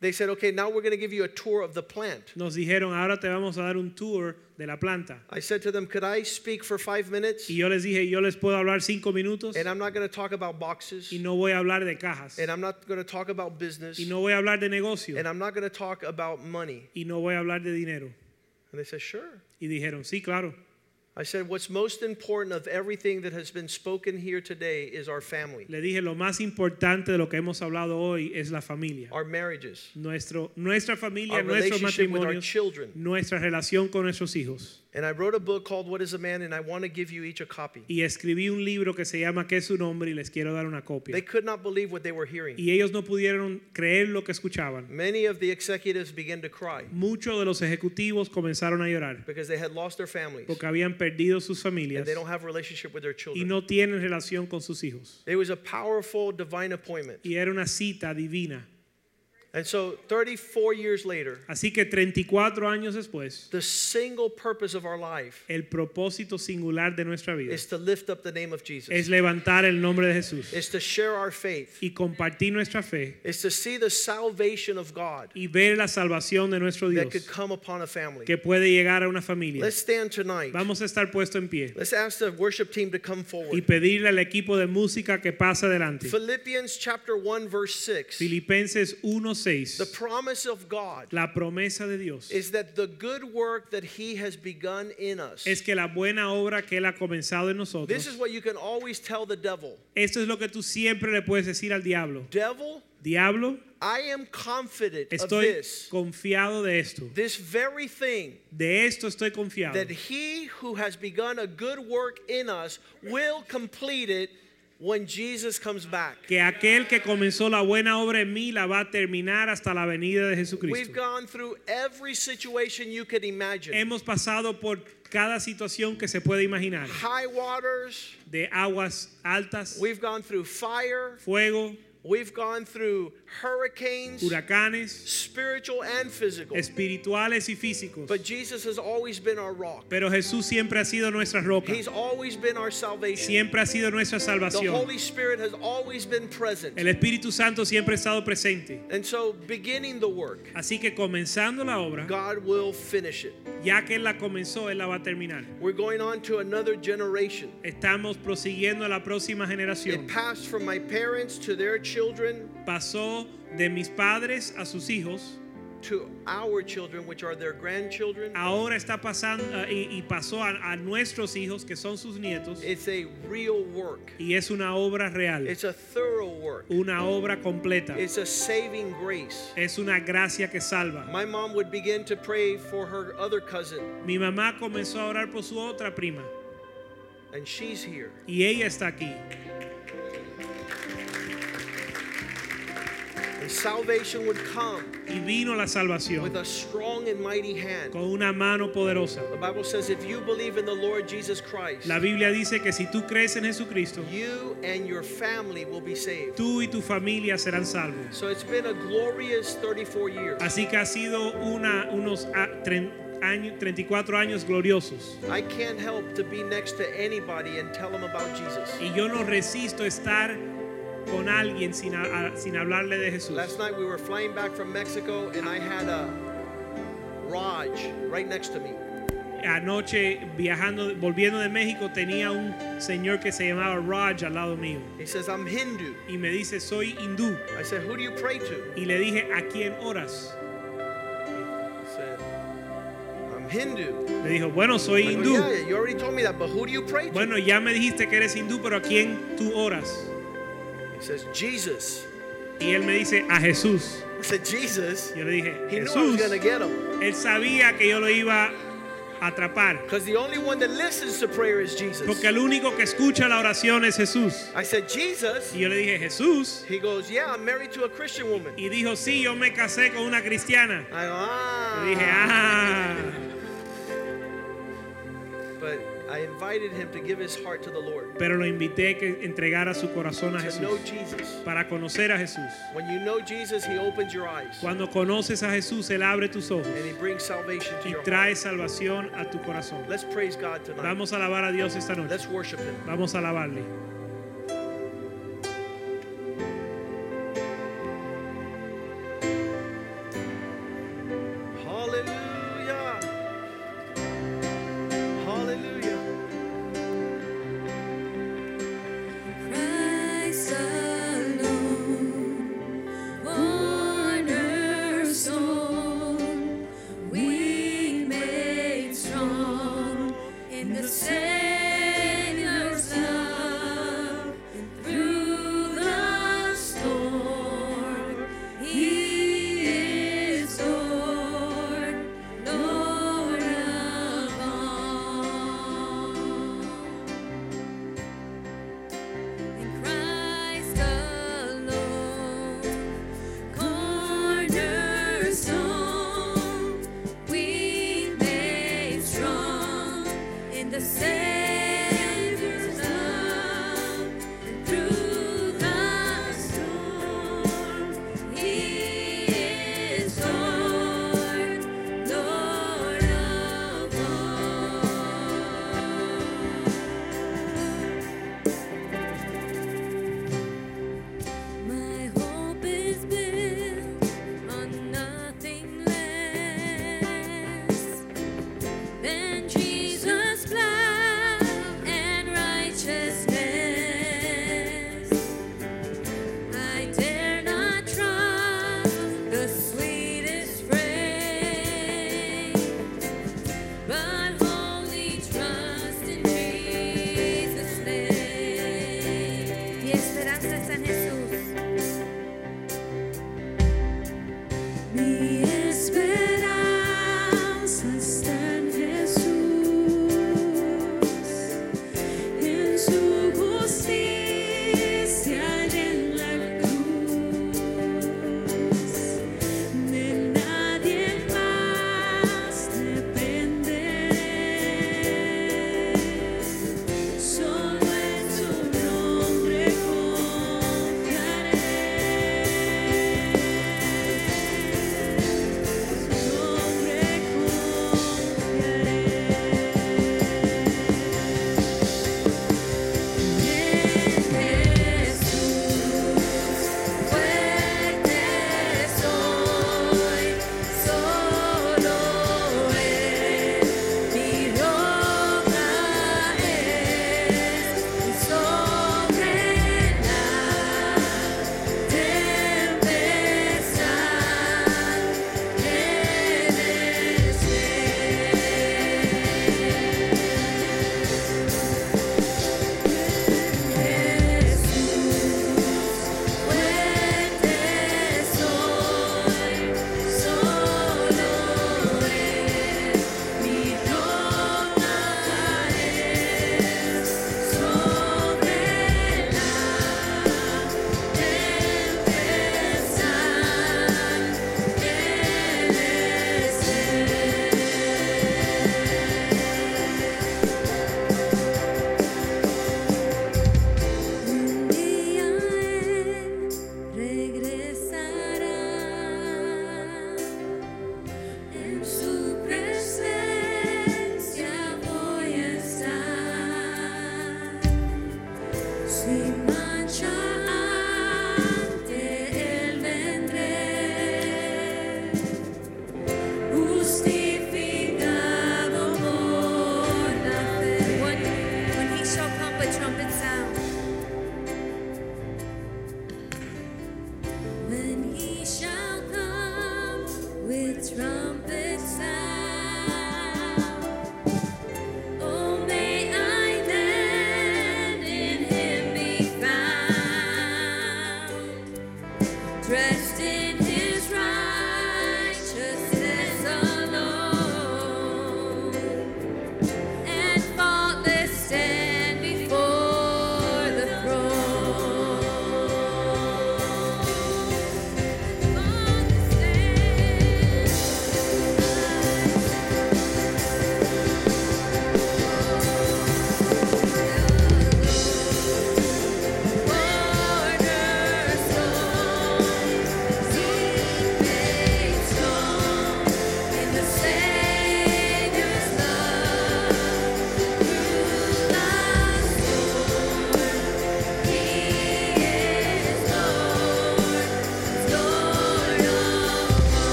they said, "Okay, now we're going to give you a tour of the plant."
nos dijeron, ahora te vamos a dar un tour de la planta.
I said to them, "Could I speak for 5 minutes?"
Y yo les dije, yo les puedo hablar cinco minutos
And I'm not going to talk about boxes,
y no voy a hablar de cajas.
and I'm not going to talk about business,
Y no voy a hablar de negocio.
and I'm not going to talk about money.
Y no voy a hablar de dinero.
And they said, "Sure."
Y dijeron, sí, claro.
I said, What's most important of everything that has been spoken here today is our family,
Le dije, lo más importante de lo que hemos hablado hoy es la familia.
our marriages,
Nuestro, nuestra familia,
our
nuestro
relationship with our
matrimonio,
children.
nuestra relación con nuestros hijos.
And I wrote a book called What is a Man, and I want to give you each a copy.
Y escribí un libro que se llama ¿Qué es su nombre? Y les quiero dar una
They
copia.
could not believe what they were hearing.
Y ellos no pudieron creer lo que escuchaban.
Many of the executives began to cry
Muchos de los ejecutivos comenzaron a llorar
because they had lost their families
porque habían perdido sus
and
familias
they don't have a relationship with their
y
children.
no tienen relación con sus hijos.
It was a powerful divine appointment.
Y era una cita divina.
And so 34 years later,
Así que 34 años después,
the single purpose of our life
el propósito singular de nuestra vida
is to lift up the name of
es
Jesus.
levantar el nombre de Jesús
Is to share our faith.
y compartir nuestra fe
Is to see the salvation of God
y ver la salvación de nuestro
that could
Dios
come upon a family.
que puede llegar a una familia.
Let's stand tonight.
Vamos a estar puesto en pie
Let's ask the worship team to come
y
forward.
pedirle al equipo de música que pase adelante.
Philippians chapter 1 verse 6.
Filipenses
The
1:6.
promise of God
La promesa de Dios
is that the good work that he has begun in us.
es que la buena obra que él ha comenzado en
This is
nosotros.
what you can always tell the devil.
Esto es lo que tú siempre le puedes decir al diablo.
Devil,
Diablo,
I am confident of
estoy
this.
confiado de esto.
This very thing
De esto estoy confiado.
that he who has begun a good work in us will complete it when Jesus comes back.
Que aquel que comenzó la buena obra en mí la va a terminar hasta la venida de
We've
Jesucristo.
gone through every situation you can imagine.
Hemos pasado por cada situación que se puede imaginar.
High waters,
De aguas altas,
we've gone through fire,
fuego,
we've gone through hurricanes,
huracanes,
spiritual and physical.
espirituales y físicos.
But Jesus has always been our rock.
Pero Jesús siempre ha sido nuestra roca.
He's always been our salvation.
Siempre ha sido nuestra
The
salvación.
Holy Spirit has always been present.
El Espíritu Santo siempre ha estado presente.
And so, beginning the work,
Así que comenzando la obra,
God will finish it.
ya que Él la comenzó, Él la va a terminar.
We're going on to another generation.
Estamos prosiguiendo a la próxima generación.
It passed from my parents to their children
Pasó de mis padres a sus hijos,
to our children, which are their grandchildren.
ahora está pasando eh, y, y pasó a, a nuestros hijos, que son sus nietos,
It's a real work,
y es una obra real,
it's a thorough work,
una obra completa,
it's a saving grace.
es una gracia que salva.
My mom would begin to pray for her other cousin,
Mi mamá comenzó a orar por su otra prima,
and she's here.
y ella está aquí.
And salvation would come.
Y vino la
with
salvación
a strong and mighty hand.
con una mano poderosa.
The Bible says if you believe in the Lord Jesus Christ,
La Biblia dice que si tú crees en Jesucristo,
you and your family will be saved.
tú y tu familia serán salvos.
So it's been a glorious 34 years.
Así que ha sido una, unos a- tren- año- 34 años gloriosos.
I can't help to be next to anybody and tell them about Jesus.
Y yo no resisto estar con alguien sin, a- a- sin hablarle de Jesús.
Last night we were flying back from Mexico and I had a Raj right next to me.
Anoche, viajando, volviendo de México, tenía un señor que se llamaba Raj al lado mío.
He says, I'm Hindu.
Y me dice, soy hindú.
I said, Who do you pray to?
Y le dije, ¿a quién oras?
He said, I'm Hindu.
Le dijo, bueno, soy
I go,
hindú.
yeah, you already told me that, but who do you pray to?
Bueno, ya me dijiste que eres hindú, pero ¿a quién tú oras?
He says, Jesus.
Y él me dice, a Jesús.
I said, Jesus.
Yo le dije,
He knew I was
Jesús.
going to get him.
Él sabía que yo lo iba a atrapar.
Because the only one that listens to prayer is Jesus.
Porque el único que escucha la oración es Jesús.
I said, Jesus.
Y yo le dije, Jesús.
He goes, Yeah, I'm married to a Christian woman.
Y dijo, sí, yo me casé con una cristiana.
I go,
Le dije,
Ah.
ah.
But I invited him to give his heart to the Lord,
Pero lo invité que entregara su corazón a
to know
Jesús.
Jesus.
Para conocer a Jesús.
When you know Jesus, he opens your eyes
Cuando conoces a Jesús, Él abre tus ojos
and he brings salvation to
y
your
trae
heart.
salvación a tu corazón.
Let's praise God tonight.
Vamos a alabar a Dios esta noche.
Let's worship him.
Vamos a alabarle.
Hallelujah. Hallelujah.
Christ alone, cornerstone, we made strong in the Savior's love. Sin mancha ante Él vendré, justificado por la fe. When, when He shall come with trumpet sound, when He shall come with trumpet sound. Oh, may I then in Him be found, dressed in His righteousness alone, and faultless stand before the throne.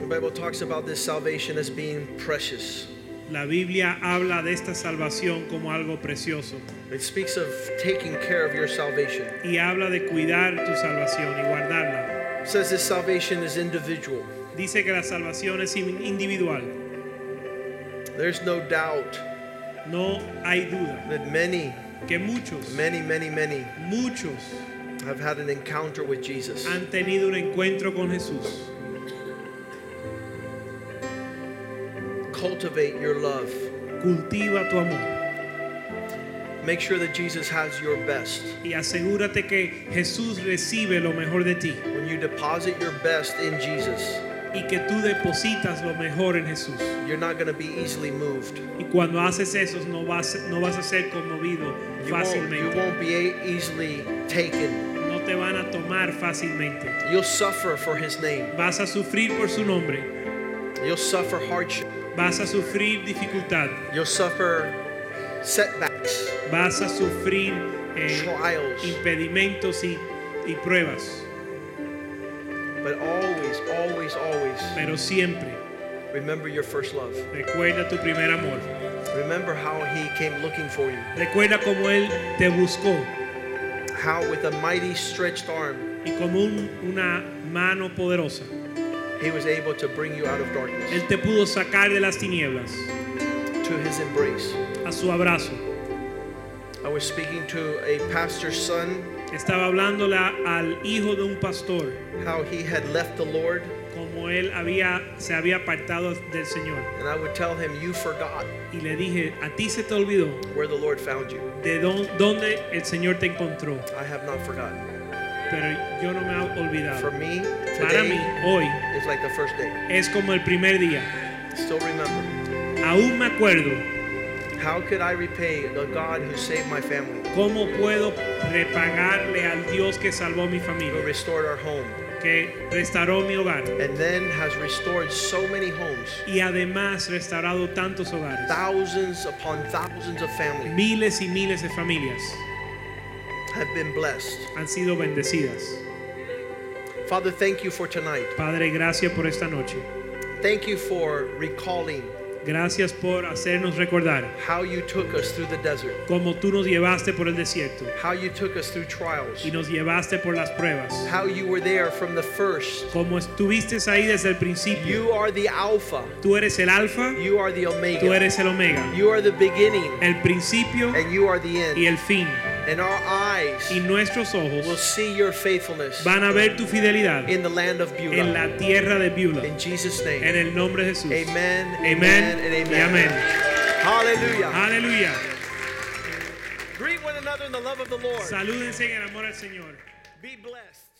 The Bible talks about this salvation as being precious.
La Biblia habla de esta salvación como algo precioso
It speaks of taking care of your salvation.
y habla de cuidar tu salvación y guardarla.
It says this salvation is individual.
Dice que la salvación es in- individual.
There's no doubt
No hay duda
that many,
que muchos,
many, many, many
muchos
have had an encounter with Jesus.
han tenido un encuentro con Jesús.
Cultivate your love.
Cultiva tu amor
Make sure that Jesus has your best.
y asegúrate que Jesús recibe lo mejor de ti
When you deposit your best in Jesus,
y que tú depositas lo mejor en Jesús.
you're not going to be easily moved.
Y cuando haces eso no vas, no vas a ser
You
conmovido
won't, you
fácilmente.
won't be a- easily taken.
No te van a tomar fácilmente.
You'll suffer for his name.
Vas a sufrir por su nombre.
You'll suffer hardship.
Vas a sufrir dificultad.
You'll suffer setbacks.
Vas a sufrir eh,
Trials.
impedimentos y, y pruebas.
But always, always, always
Pero siempre
remember your first love.
recuerda tu primer amor.
Remember how he came looking for you.
Recuerda cómo Él te buscó
How, with a mighty stretched arm,
y como un- una mano poderosa.
he was able to bring you out of
Él
darkness
te pudo sacar de las tinieblas
to his embrace.
a su abrazo.
I was speaking to a pastor's son
Estaba hablándole a- al hijo de un pastor,
how he had left the Lord,
como él había, se había apartado del Señor.
and I would tell him, You forgot
Y le dije, a ti se te olvidó
where the Lord found you.
de dó- dónde el Señor te encontró,
I have not forgotten.
pero yo no me he
For
olvidado.
me,
Para mí,
today
hoy,
is like the first day.
es como el primer día.
Still remember.
Aún me acuerdo
How could I repay the God who saved my family,
cómo puedo repagarle al Dios que salvó a mi
who
familia,
restored our home,
que restauró mi hogar
and then has restored so many homes,
y además restaurado tantos hogares,
thousands upon thousands of families?
miles y miles de familias
have been blessed.
han sido bendecidas.
Father, thank you for tonight.
Padre, gracias por esta noche.
Thank you for recalling
Gracias por hacernos recordar
how you took us through the desert,
cómo tú nos llevaste por el desierto
how you took us through trials,
y nos llevaste por las pruebas,
how you were there from the first.
cómo estuviste ahí desde el principio.
You are the Alpha,
Tú eres el alfa,
you are the
tú
Omega,
eres el omega,
you are the beginning,
el principio
and you are the
y
end.
el fin.
And our
Y
eyes
nuestros
will
ojos
see your faithfulness
van a ver tu fidelidad
in the land of
en
Beulah.
la tierra de Beulah.
In Jesus'
En
name.
el nombre de Jesús.
Amen, amen,
Amén
and
y amén. Ah.
amen. Hallelujah.
Aleluya.
Greet one another in the love of the Lord.
Salúdense en el amor al Señor.
Be blessed.